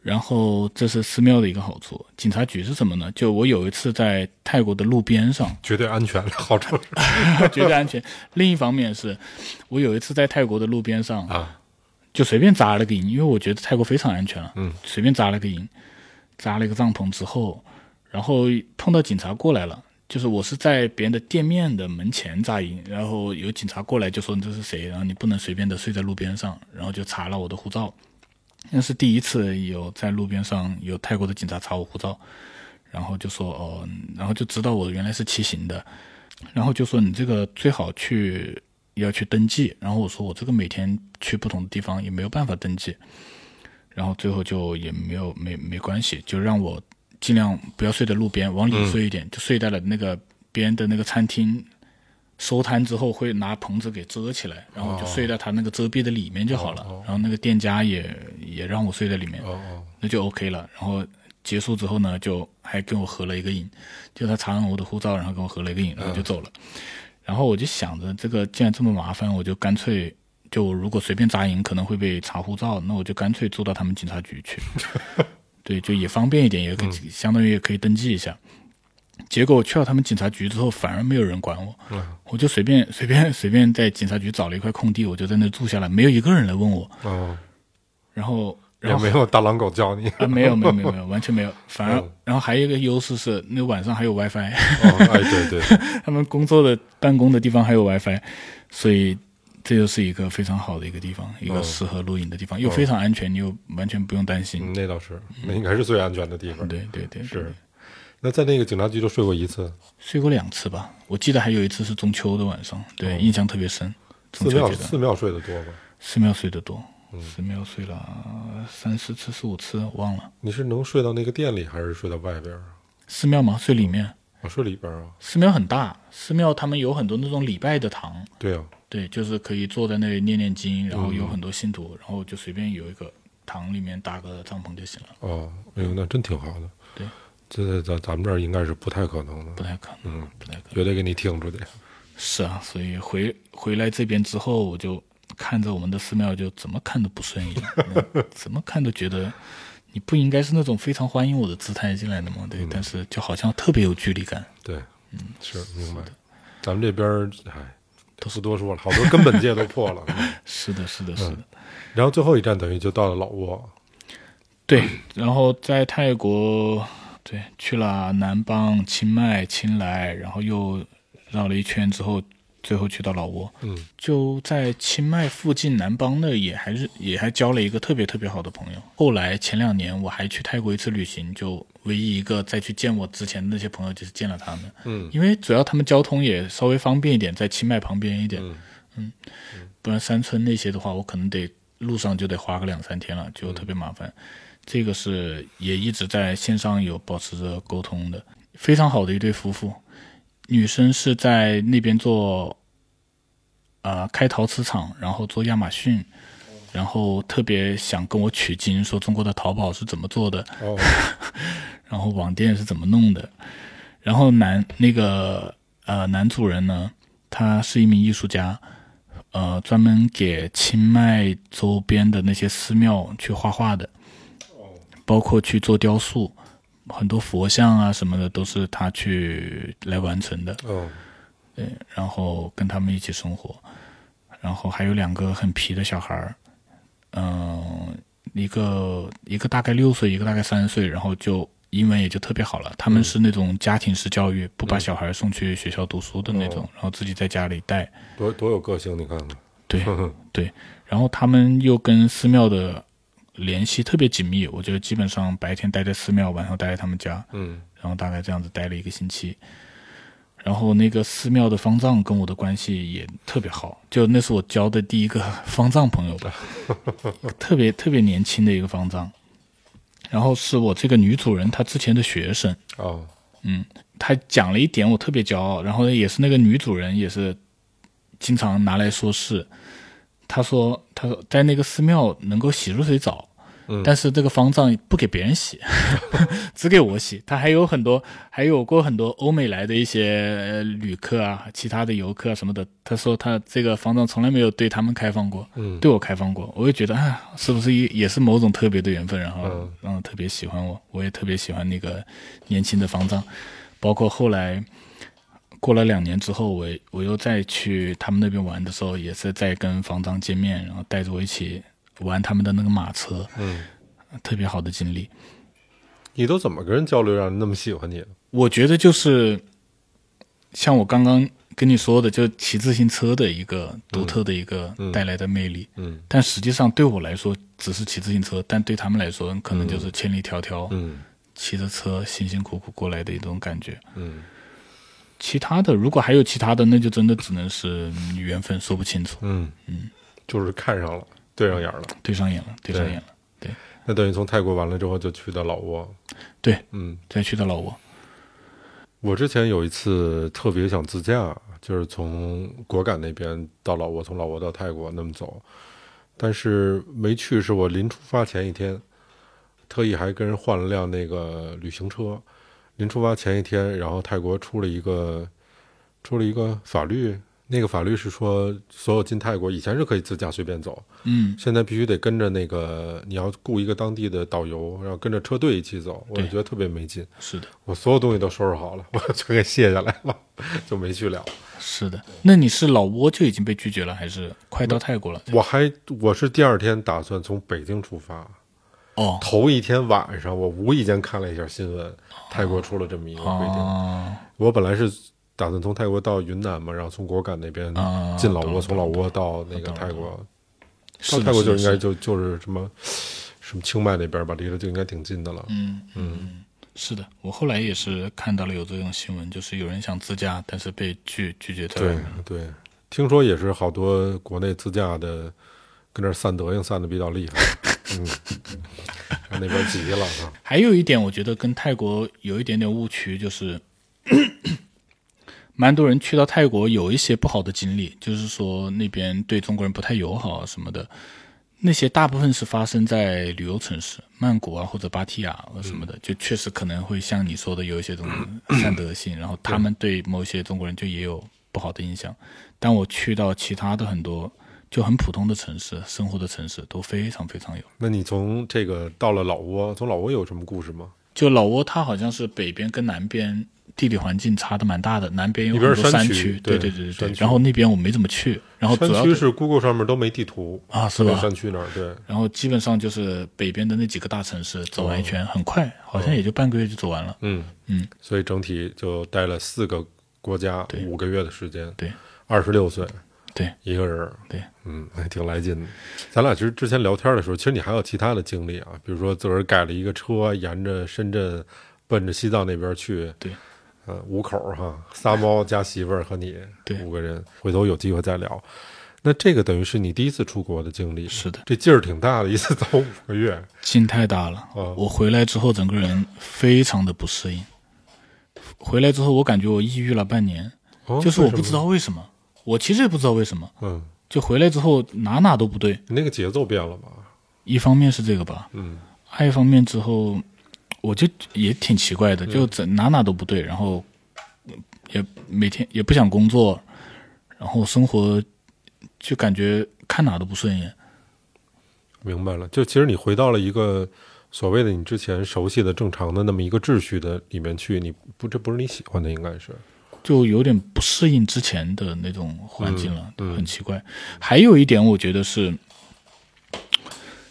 Speaker 2: 然后这是寺庙的一个好处。警察局是什么呢？就我有一次在泰国的路边上
Speaker 3: 绝对安全，好城市
Speaker 2: 绝对安全。另一方面是，我有一次在泰国的路边上
Speaker 3: 啊，
Speaker 2: 就随便扎了个营，因为我觉得泰国非常安全了，
Speaker 3: 嗯，
Speaker 2: 随便扎了个营，扎了一个帐篷之后，然后碰到警察过来了。就是我是在别人的店面的门前扎营，然后有警察过来就说你这是谁，然后你不能随便的睡在路边上，然后就查了我的护照。那是第一次有在路边上有泰国的警察查我护照，然后就说哦，嗯然后就知道我原来是骑行的，然后就说你这个最好去要去登记，然后我说我这个每天去不同的地方也没有办法登记，然后最后就也没有没没关系，就让我尽量不要睡在路边，往
Speaker 3: 嗯
Speaker 2: 里睡一点，就睡在了那个别人的那个餐厅。收摊之后会拿棚子给遮起来，然
Speaker 3: 哦
Speaker 2: 后就睡在他那个遮蔽的里面就好了。然后那个店家也也让我睡在里面，
Speaker 3: 哦哦，
Speaker 2: 那就 OK 了。然后结束之后呢，就还跟我合了一个影，就他查完我的护照，然后跟我合了一个影，然后
Speaker 3: 嗯
Speaker 2: 就走了。然后我就想着，这个既然这么麻烦，我就干脆就如果随便扎营可能会被查护照，那我就干脆住到他们警察局 去。对，就也方便一点，也可以、相当于也可以登记一下。结果我去到他们警察局之后，反而没有人管我，
Speaker 3: 嗯
Speaker 2: 我就随便 随便随便在警察局找了一块空地，我就在那住下来，没有一个人来问我。
Speaker 3: 哦，
Speaker 2: 然后，然
Speaker 3: 也
Speaker 2: 后
Speaker 3: 没有大狼狗叫你，哦
Speaker 2: 啊，没有没有没有 没有，完全没有。反而
Speaker 3: 嗯，
Speaker 2: 然后还有一个优势是，那晚上还有 WiFi，
Speaker 3: 哦，哎，对对，
Speaker 2: 他们工作的办公的地方还有 WiFi，所以这又是一个非常好的一个地方，一个
Speaker 3: 嗯
Speaker 2: 适合露营的地方，又非常安全，你又完全不用担心。
Speaker 3: 嗯那倒是，那应该是最安全的地方。
Speaker 2: 对对对，
Speaker 3: 嗯是，那在那个警察局就睡过一次，
Speaker 2: 睡过两次吧，我记得还有一次是中秋的晚上，对，
Speaker 3: 哦
Speaker 2: 印象特别深。中
Speaker 3: 寺
Speaker 2: 秋
Speaker 3: 庙
Speaker 2: 节的
Speaker 3: 寺庙睡得多吗？
Speaker 2: 寺庙睡得多，
Speaker 3: 嗯
Speaker 2: 寺庙睡了三四次、四五次，忘了。
Speaker 3: 你是能睡到那个店里，还是睡到外边啊？
Speaker 2: 寺庙嘛，睡里面。
Speaker 3: 我睡里边啊。
Speaker 2: 寺庙很大，寺庙他们有很多那种礼拜的堂，
Speaker 3: 对啊，
Speaker 2: 对，就是可以坐在那里念念经，然后
Speaker 3: 嗯
Speaker 2: 有很多信徒，然后就随便有一个堂里面搭个帐篷就行了，
Speaker 3: 哦，哎呦，那真挺好的。
Speaker 2: 对，
Speaker 3: 这在咱咱们这儿应该是不太可能
Speaker 2: 不
Speaker 3: 的，
Speaker 2: 太可能，
Speaker 3: 嗯，
Speaker 2: 不太可能。
Speaker 3: 绝对给你挺出去。
Speaker 2: 是啊，所以回回来这边之后，我就看着我们的寺庙，就怎么看都不顺眼，嗯 怎么看都觉得你不应该是那种非常欢迎我的姿态进来的嘛，对，
Speaker 3: 嗯
Speaker 2: 但是就好像特别有距离感。
Speaker 3: 对，嗯，是明白。咱们这边儿，哎，
Speaker 2: 都
Speaker 3: 不多说了，好多根本界都 破了。嗯
Speaker 2: 是的，是的，是的。
Speaker 3: 然后最后一站等于就到了老挝，
Speaker 2: 对，然后在泰国，对，去了南邦、清迈、清莱，然后又绕了一圈之后，最后去到老挝，
Speaker 3: 嗯，
Speaker 2: 就在清迈附近南邦的也还是也还交了一个特别特别好的朋友。后来前两年我还去泰国一次旅行，就唯一一个再去见我之前的那些朋友，就是见了他们，
Speaker 3: 嗯，
Speaker 2: 因为主要他们交通也稍微方便一点，在清迈旁边一点，
Speaker 3: 嗯
Speaker 2: 不然山村那些的话，我可能得路上就得花个两三天了，就特别麻烦。这个是也一直在线上有保持着沟通的，非常好的一对夫妇。女生是在那边做，呃，开陶瓷厂，然后做亚马逊，然后特别想跟我取经，说中国的淘宝是怎么做的，
Speaker 3: 哦，
Speaker 2: 然后网店是怎么弄的。然后男那个呃男主人呢，他是一名艺术家，呃，专门给清迈周边的那些寺庙去画画的，包括去做雕塑，很多佛像啊什么的都是他去来完成的。
Speaker 3: 哦，
Speaker 2: 对，然后跟他们一起生活，然后还有两个很皮的小孩儿，嗯、一个一个大概六岁，一个大概三岁，然后就英文也就特别好了。他们是那种家庭式教育，不把小孩送去学校读书的那种，然后自己在家里带。
Speaker 3: 多多有个性，你看看，
Speaker 2: 对
Speaker 3: 呵呵
Speaker 2: 对，然后他们又跟寺庙的联系特别紧密，我觉得基本上白天待在寺庙，晚上待在他们家。
Speaker 3: 嗯，
Speaker 2: 然后大概这样子待了一个星期。然后那个寺庙的方丈跟我的关系也特别好，就那是我交的第一个方丈朋友吧，特别特别年轻的一个方丈。然后是我这个女主人她之前的学生，
Speaker 3: 哦，
Speaker 2: 她讲了一点我特别骄傲，然后呢也是那个女主人也是经常拿来说事。她说她说在那个寺庙能够洗热水澡，
Speaker 3: 嗯
Speaker 2: 但是这个方丈不给别人洗， 只给我洗。他还有很多，还有过很多欧美来的一些呃旅客啊、其他的游客啊什么的。他说他这个方丈从来没有对他们开放过，
Speaker 3: 嗯
Speaker 2: 对我开放过。我也觉得啊，是不是也也是某种特别的缘分？然后
Speaker 3: 嗯
Speaker 2: 让我特别喜欢我，我也特别喜欢那个年轻的方丈。包括后来过了两年之后，我我又再去他们那边玩的时候，也是在跟房长见面，然后带着我一起玩他们的那个马车，
Speaker 3: 嗯，
Speaker 2: 特别好的经历。
Speaker 3: 你都怎么跟人交流，让人那么喜欢你？
Speaker 2: 我觉得就是像我刚刚跟你说的，就骑自行车的一个独特的一个带来的魅力。
Speaker 3: 嗯
Speaker 2: 但实际上对我来说只是骑自行车，但对他们来说可能就是千里迢迢、
Speaker 3: 嗯
Speaker 2: 骑着车辛辛苦苦过来的一种感觉。
Speaker 3: 嗯
Speaker 2: 其他的如果还有其他的，那就真的只能是嗯缘分，说不清楚。
Speaker 3: 嗯嗯，就是看上了，对上眼了。
Speaker 2: 对上眼了，对上
Speaker 3: 对
Speaker 2: 眼了，
Speaker 3: 那等于从泰国完了之后就去的老挝。
Speaker 2: 对，
Speaker 3: 嗯，
Speaker 2: 再去到老挝。
Speaker 3: 我之前有一次特别想自驾，就是从果敢那边到老挝，从老挝到泰国那么走，但是没去，是我临出发前一天，特意还跟人换了辆那个旅行车。临出发前一天，然后泰国出了一个出了一个法律，那个法律是说，所有进泰国以前是可以自驾随便走，
Speaker 2: 嗯，
Speaker 3: 现在必须得跟着那个，你要雇一个当地的导游，然后跟着车队一起走，我
Speaker 2: 对
Speaker 3: 觉得特别没劲。
Speaker 2: 是的，
Speaker 3: 我所有东西都收拾好了，我 就给卸下来了， 就没去了。
Speaker 2: 是的。那你是老挝就已经被拒绝了，还是快到泰国了？
Speaker 3: 我还我是第二天打算从北京出发，
Speaker 2: 哦，
Speaker 3: 头一天晚上我无意间看了一下新闻，泰国出了这么一个规定。
Speaker 2: 哦，
Speaker 3: 我本来是打算从泰国到云南嘛，然后从果敢那边
Speaker 2: 啊
Speaker 3: 进老
Speaker 2: 懂
Speaker 3: 挝，
Speaker 2: 了
Speaker 3: 从老挝到那个
Speaker 2: 懂了
Speaker 3: 泰国，
Speaker 2: 是的
Speaker 3: 到哦泰国
Speaker 2: 是
Speaker 3: 就
Speaker 2: 的
Speaker 3: 应该
Speaker 2: 是的
Speaker 3: 就就是什么什么清迈那边吧，离得就应该挺近的了。
Speaker 2: 嗯嗯，是的。我后来也是看到了有这种新闻，就是有人想自驾，但是被拒拒绝在外
Speaker 3: 对
Speaker 2: 面。
Speaker 3: 对，听说也是好多国内自驾的跟那儿散德行散的比较厉害， 嗯，让那边急了啊，
Speaker 2: 还有一点，我觉得跟泰国有一点点误区，就是 蛮多人去到泰国有一些不好的经历，就是说那边对中国人不太友好啊什么的。那些大部分是发生在旅游城市，曼谷啊或者芭提雅啊什么的，就确实可能会像你说的有一些这种善德性，然后他们对某些中国人就也有不好的印象。但我去到其他的很多就很普通的城市，生活的城市都非常非常有。
Speaker 3: 那你从这个到了老挝，从老挝有什么故事吗？
Speaker 2: 就老挝，它好像是北边跟南边地理环境差的蛮大的，南边有
Speaker 3: 一
Speaker 2: 很
Speaker 3: 边
Speaker 2: 多
Speaker 3: 是山
Speaker 2: 山
Speaker 3: 区
Speaker 2: 对
Speaker 3: 对
Speaker 2: 对对
Speaker 3: 山。区
Speaker 2: 然后那边我没怎么去，然后主
Speaker 3: 山
Speaker 2: 要
Speaker 3: 区是 Google 上面都没地图
Speaker 2: 啊是吧
Speaker 3: 那山区那儿对，
Speaker 2: 然后基本上就是北边的那几个大城市走完一圈，很快，好像也就半个月就走完了。
Speaker 3: 哦嗯
Speaker 2: 嗯，
Speaker 3: 所以整体就待了四个国家五个月的时间，
Speaker 2: 对
Speaker 3: 二十六岁
Speaker 2: 对
Speaker 3: 一个人儿，
Speaker 2: 对，
Speaker 3: 嗯，还挺来劲的。咱俩其实之前聊天的时候，其实你还有其他的经历啊，比如说自个儿改了一个车，沿着深圳奔着西藏那边去。
Speaker 2: 对，
Speaker 3: 呃，五口儿哈，仨猫加媳妇儿和你，
Speaker 2: 对
Speaker 3: 五个人。回头有机会再聊。那这个等于是你第一次出国的经历，
Speaker 2: 是的，
Speaker 3: 这劲儿挺大的，一次走五个月。
Speaker 2: 劲太大了。
Speaker 3: 哦
Speaker 2: 我回来之后，整个人非常的不适应。回来之后，我感觉我抑郁了半年，
Speaker 3: 哦
Speaker 2: 就是我不知，
Speaker 3: 为
Speaker 2: 道为什么，我其实也不知道为什么，
Speaker 3: 什么嗯，
Speaker 2: 就回来之后哪哪都不对。
Speaker 3: 你那个节奏变了吧？
Speaker 2: 一方面是这个吧，
Speaker 3: 嗯，
Speaker 2: 还有一方面之后，我就也挺奇怪的，就整哪哪都不对，然后呃也每天也不想工作，然后生活就感觉看哪都不顺眼。
Speaker 3: 明白了，就其实你回到了一个所谓的你之前熟悉的正常的那么一个秩序的里面去，你不这不是你喜欢的，应该是
Speaker 2: 就有点不适应之前的那种环境了，很奇怪。还有一点，我觉得是，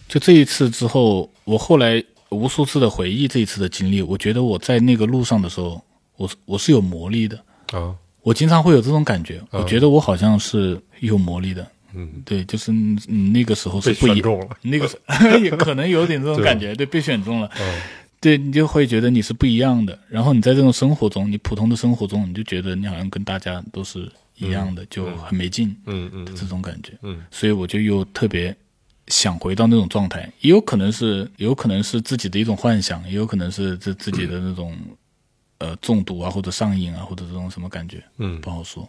Speaker 2: 就这一次之后，我后来无数次的回忆这一次的经历，我觉得我在那个路上的时候，我是我是有魔力的，
Speaker 3: 啊，
Speaker 2: 我经常会有这种感觉，我觉得我好像是有魔力的，
Speaker 3: 嗯，
Speaker 2: 对，就是嗯那个时候是
Speaker 3: 被
Speaker 2: 不一
Speaker 3: 选，中了，
Speaker 2: 那个时 也可能有点这种感觉，对，被选中了，
Speaker 3: 嗯
Speaker 2: 对你就会觉得你是不一样的。然后你在这种生活中，你普通的生活中，你就觉得你好像跟大家都是一样的，就很没劲，
Speaker 3: 嗯嗯
Speaker 2: 这种感觉。
Speaker 3: 嗯，
Speaker 2: 所以我就又特别想回到那种状态，也有可能是，也有可能是自己的一种幻想，也有可能是自自己的那种。呃，中毒啊，或者上瘾啊，或者这种什么感觉，
Speaker 3: 嗯
Speaker 2: 不好说。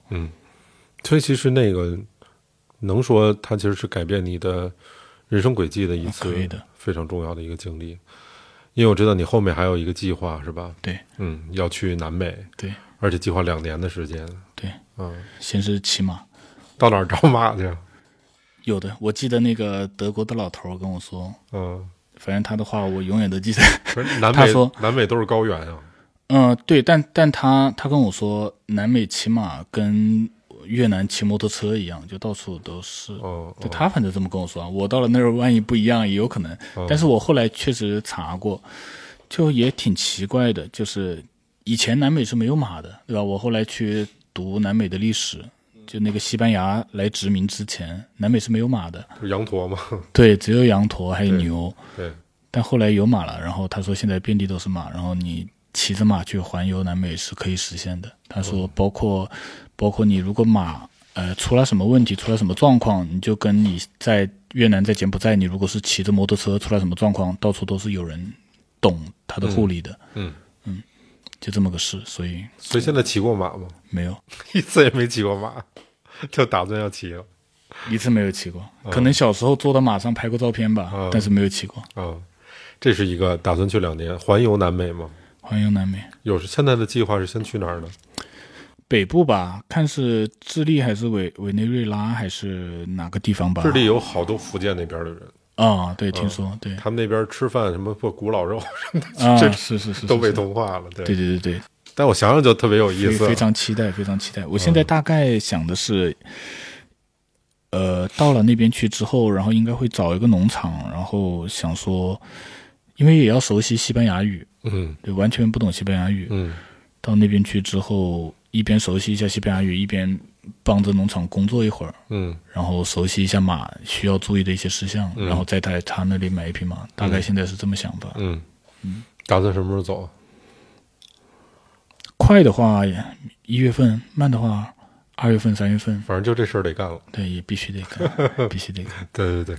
Speaker 3: 所以其实那个能说它其实是改变你的人生轨迹的一次
Speaker 2: 啊可以的
Speaker 3: 非常重要的一个经历，因为我知道你后面还有一个计划是吧？
Speaker 2: 对
Speaker 3: 嗯，要去南美，
Speaker 2: 对
Speaker 3: 而且计划两年的时间，
Speaker 2: 对，
Speaker 3: 嗯，
Speaker 2: 先是骑马，
Speaker 3: 到哪儿找马去？啊
Speaker 2: 有的，我记得那个德国的老头儿跟我说，
Speaker 3: 嗯，
Speaker 2: 反正他的话我永远都记得。
Speaker 3: 不是南
Speaker 2: 他
Speaker 3: 美
Speaker 2: 说，
Speaker 3: 南美都是高原啊，
Speaker 2: 嗯，对，但但他他跟我说，南美骑马跟越南骑摩托车一样，就到处都是。
Speaker 3: 哦
Speaker 2: 就他反正这么跟我说啊，我到了那儿万一不一样也有可能。
Speaker 3: 哦
Speaker 2: 但是我后来确实查过，就也挺奇怪的，就是以前南美是没有马的，对吧？我后来去读南美的历史，就那个西班牙来殖民之前，南美是没有马的，
Speaker 3: 就是羊驼嘛，
Speaker 2: 对，只有羊驼还有牛。
Speaker 3: 对，
Speaker 2: 但后来有马了，然后他说现在遍地都是马，然后你骑着马去环游南美是可以实现的。他说包括、包括你如果马呃出了什么问题，出了什么状况，你就跟你在越南在柬埔寨，你如果是骑着摩托车出了什么状况，到处都是有人懂他的护理的，
Speaker 3: 嗯嗯
Speaker 2: 嗯就这么个事，所以
Speaker 3: 所以现在骑过马吗？
Speaker 2: 没有
Speaker 3: 一次也没骑过马，就打算要骑了。
Speaker 2: 一次没有骑过，可能小时候坐到马上拍过照片吧，
Speaker 3: 嗯
Speaker 2: 但是没有骑过。
Speaker 3: 啊，这是一个打算去两年环游南美吗？
Speaker 2: 环游南美。
Speaker 3: 有是现在的计划是先去哪儿呢？
Speaker 2: 北部吧，看是智利还是委委内瑞拉还是哪个地方吧。
Speaker 3: 智利有好多福建那边的人，
Speaker 2: 啊、对，听说 对
Speaker 3: 他们那边吃饭什么或古老肉 什么
Speaker 2: 啊，
Speaker 3: 这
Speaker 2: 是是是是
Speaker 3: 都被
Speaker 2: 是
Speaker 3: 同化了。
Speaker 2: 对
Speaker 3: 对，
Speaker 2: 对对
Speaker 3: 但我想想就特别有意
Speaker 2: 对，
Speaker 3: 思
Speaker 2: 非。非常期待，非常期待。我现
Speaker 3: 嗯
Speaker 2: 在大概想的是，呃，到了那边去之后，然后应该会找一个农场，然后想说，因为也要熟悉西班牙语，
Speaker 3: 嗯
Speaker 2: 对，完全不懂西班牙语，
Speaker 3: 嗯
Speaker 2: 到那边去之后，一边熟悉一下西班牙语，一边帮着农场工作一会儿，
Speaker 3: 嗯
Speaker 2: 然后熟悉一下马需要注意的一些事项，然后再在他那里买一匹马，大概现在是这么想法。
Speaker 3: 嗯，打算什么时候走啊？
Speaker 2: 快的话一月份，慢的话二月份、三月份，
Speaker 3: 反正就这事儿得干了。
Speaker 2: 对，也必须得 干，必须得干。
Speaker 3: 对对对，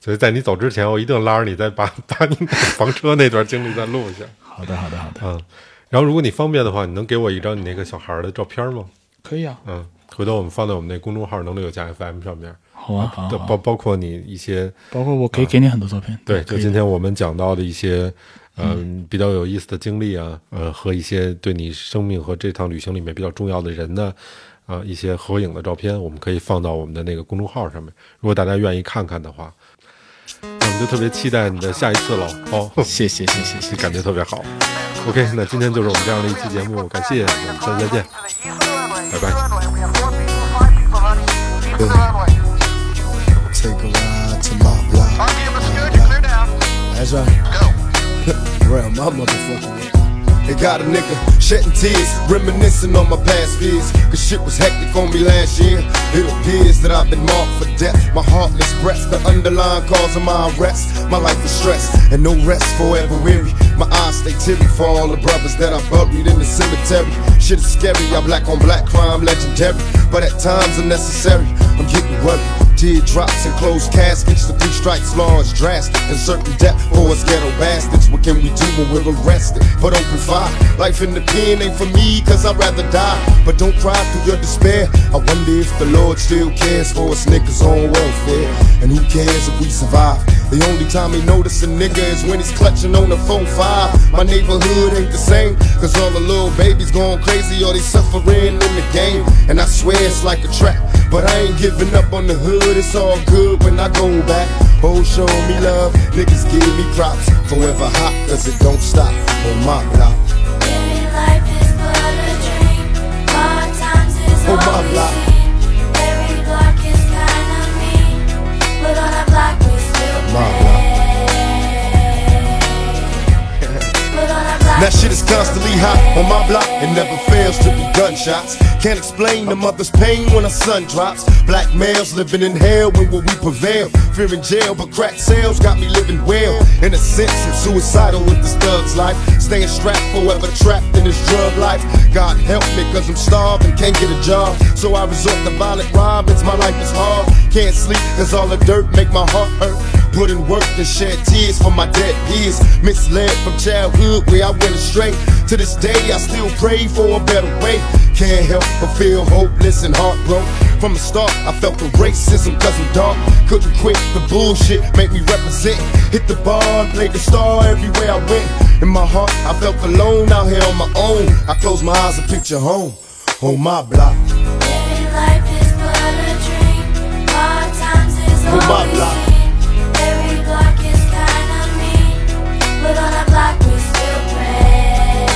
Speaker 3: 所以在你走之前，我一定拉着你再把 把你买房车那段经历再录一下。
Speaker 2: 好的，好的，好的，
Speaker 3: 嗯，然后如果你方便的话，你能给我一张你那个小孩儿的照片吗？
Speaker 2: 可以啊，
Speaker 3: 嗯，回头我们放在我们那公众号“能力有价 FM” 上面，
Speaker 2: 好啊，好啊，啊好
Speaker 3: 包
Speaker 2: 啊
Speaker 3: 包括你一些
Speaker 2: 包括我可以给你很多照片，
Speaker 3: 对，
Speaker 2: 可
Speaker 3: 就
Speaker 2: 以
Speaker 3: 今
Speaker 2: 的，
Speaker 3: 天我们讲到的一些，嗯、比较有意思的经历啊，呃，和一些对你生命和这趟旅行里面比较重要的人呢，啊、一些合影的照片，我们可以放到我们的那个公众号上面，如果大家愿意看看的话，那我们就特别期待你的下一次喽。哦，
Speaker 2: 谢谢，谢谢，谢谢。
Speaker 3: 感觉特别好。OK，那今天就是我们这样的一期节目，感谢，我们下次再见。
Speaker 4: 拜
Speaker 3: 拜
Speaker 4: 拜。We have four people, five people on each, each of the runway.
Speaker 5: Take a ride to my block.
Speaker 4: Archie and Mascucci, clear down.
Speaker 5: That's right.
Speaker 4: Go.
Speaker 5: Around my motherfucking neck. It got a nigga shedding tears, reminiscing on my past fears. Cause shit was hectic on me last year. It appears that I've been marked for death. My heartless breath's the underlying cause of my arrest. My life is stress, and no rest forever weary. My eyes stay teary for all the brothers that I buried in the cemetery. Shit is scary, I black on black crime legendary. But at times unnecessary, I'm getting worried. Teardrops and closed caskets, the three strikes large, drastic, and certain death for us ghetto bastards. What can we do when we're arrested? But open fire, life in the pen ain't for me, cause I'd rather die. But don't cry through your despair. I wonder if the Lord still cares for us niggas on welfare. And who cares if we survive? The only time he notice a nigga is when he's clutching on the phone five. My neighborhood ain't the same, cause all the little babies going crazy or they suffering in the game. And I swear it's like a trap, but I ain't giving up on the hood. It's all good when I go back. Oh, show me love, niggas give me props. Forever hot, cause it don't stop on my block.
Speaker 6: Baby, life is but a dream. Hard times is
Speaker 5: Oh,
Speaker 6: all
Speaker 5: my
Speaker 6: we
Speaker 5: block.
Speaker 6: see. Every block is kind of mean, but on our block we still
Speaker 5: My
Speaker 6: pray.
Speaker 5: block.
Speaker 6: But on our block
Speaker 5: That
Speaker 6: we
Speaker 5: shit is
Speaker 6: still
Speaker 5: constantly
Speaker 6: pray.
Speaker 5: hot on my block. It never fails to be gunshots. Can't explain the mother's pain when the sun drops. Black males living in hell when will we prevail? Fearing jail, but crack sales got me living well. In a sense, I'm suicidal with this thug's life. Staying strapped forever, trapped in this drug life. God help me, cause I'm starved and can't get a job. So I resort to violent robins. My life is hard. Can't sleep, cause all the dirt make my heart hurt. Put in work and shed tears for my dead peers. Misled from childhood where I went astray. To this day, I still pray for a better way. Can't help but feel hopeless and heartbroken. From the start, I felt the racism cause I'm dark. Couldn't quit the bullshit, make me represent. Hit the bar and played the star everywhere I went. In my heart, I felt alone out here on my own. I closed my eyes and picture home on my block.
Speaker 6: Baby, life is but a dream. Hard times is
Speaker 5: Oh, my
Speaker 6: all we
Speaker 5: block.
Speaker 6: see. Every block is kind of mean, but on our block we still pray.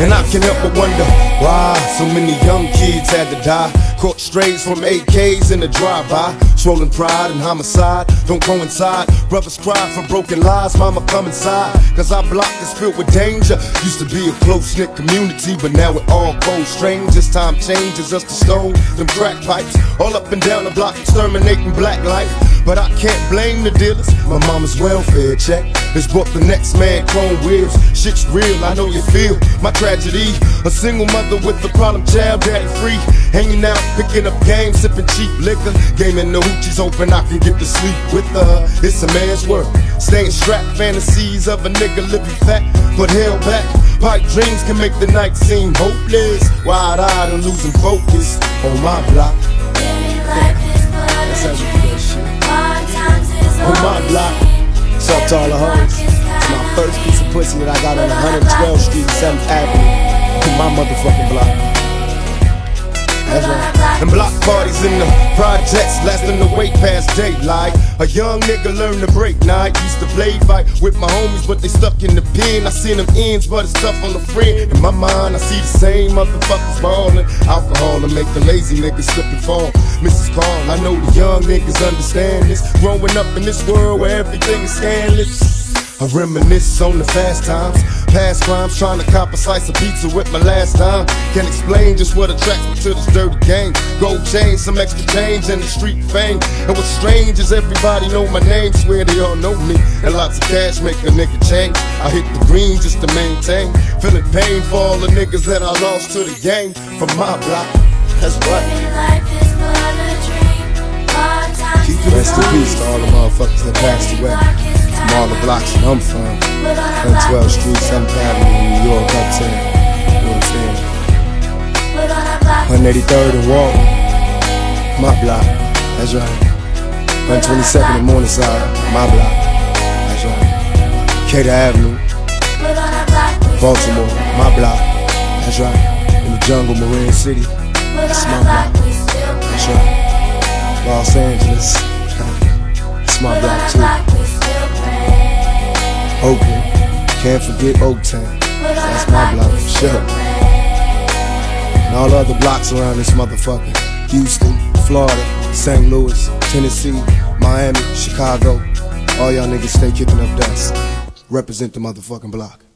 Speaker 5: And I can help but wonder why so many young kids had to die. Caught strays from AKs in the drive-by. Swollen pride and homicide don't coincide. Brothers cry for broken lives, mama come inside. Cause our block is filled with danger. Used to be a close-knit community, but now it all goes strange. This time changes us to stone, them crack pipes. All up and down the block, exterminating black life. But I can't blame the dealers. My mama's welfare check is brought the next man chrome ribs. Shit's real, I know you feel my tragedy. A single mother with a problem child, daddy free. Hanging out, picking up games, sipping cheap liquor. Gaming the hoochies, hoping I can get to sleep with her. It's a man's work. Staying strapped, fantasies of a nigga living fat, but held back. Pipe dreams can make the night seem hopeless. Wide eyed and losing focus on my block. That's how we do that shit. On my block.
Speaker 6: What's up to all the hoes? It's my first piece of
Speaker 5: pussy that I got
Speaker 6: on 112th Street, 7th Avenue.
Speaker 5: To my motherfucking block.
Speaker 6: That's right.
Speaker 5: And block parties in the projects lasting the way past daylight. A young nigga learned to break night. Used to play fight with my homies, but they stuck in the pen. I seen them ends, but it's tough on the friend. In my mind, I see the same motherfuckers ballin'. Alcohol to make the lazy niggas slip and fall. Mrs. Carl, I know the young niggas understand this. Growing up in this world where everything is scandalous. I reminisce on the fast times, past crimes, trying to cop a slice of pizza with my last dime. Can't explain just what attracts me to this dirty game. Gold chain, some extra change, and the street fame. And what's strange is everybody know my name, swear they all know me. And lots of cash make a nigga change. I hit the green just to maintain. Feeling pain for all the niggas that I lost to the game from my block. That's right. Keep the rest in peace to all the motherfuckers that passed away. From all the blocks that I'm from.
Speaker 6: on
Speaker 5: 12th Street, 7th Avenue, New York, uptown. You know what I'm saying? 183rd and Walton. My block. That's right. 127th and Morningside. My block. That's right. Cater Avenue, Baltimore. My block. That's right. In the jungle, Marin City.
Speaker 6: That's
Speaker 5: my block. That's right. Los Angeles. It's my block too. Oakland. Can't forget Oaktown.
Speaker 6: That's my block. Sure.
Speaker 5: And all other blocks around this motherfucker. Houston, Florida, St. Louis, Tennessee, Miami, Chicago. All y'all niggas stay kicking up dust. Represent the motherfucking block.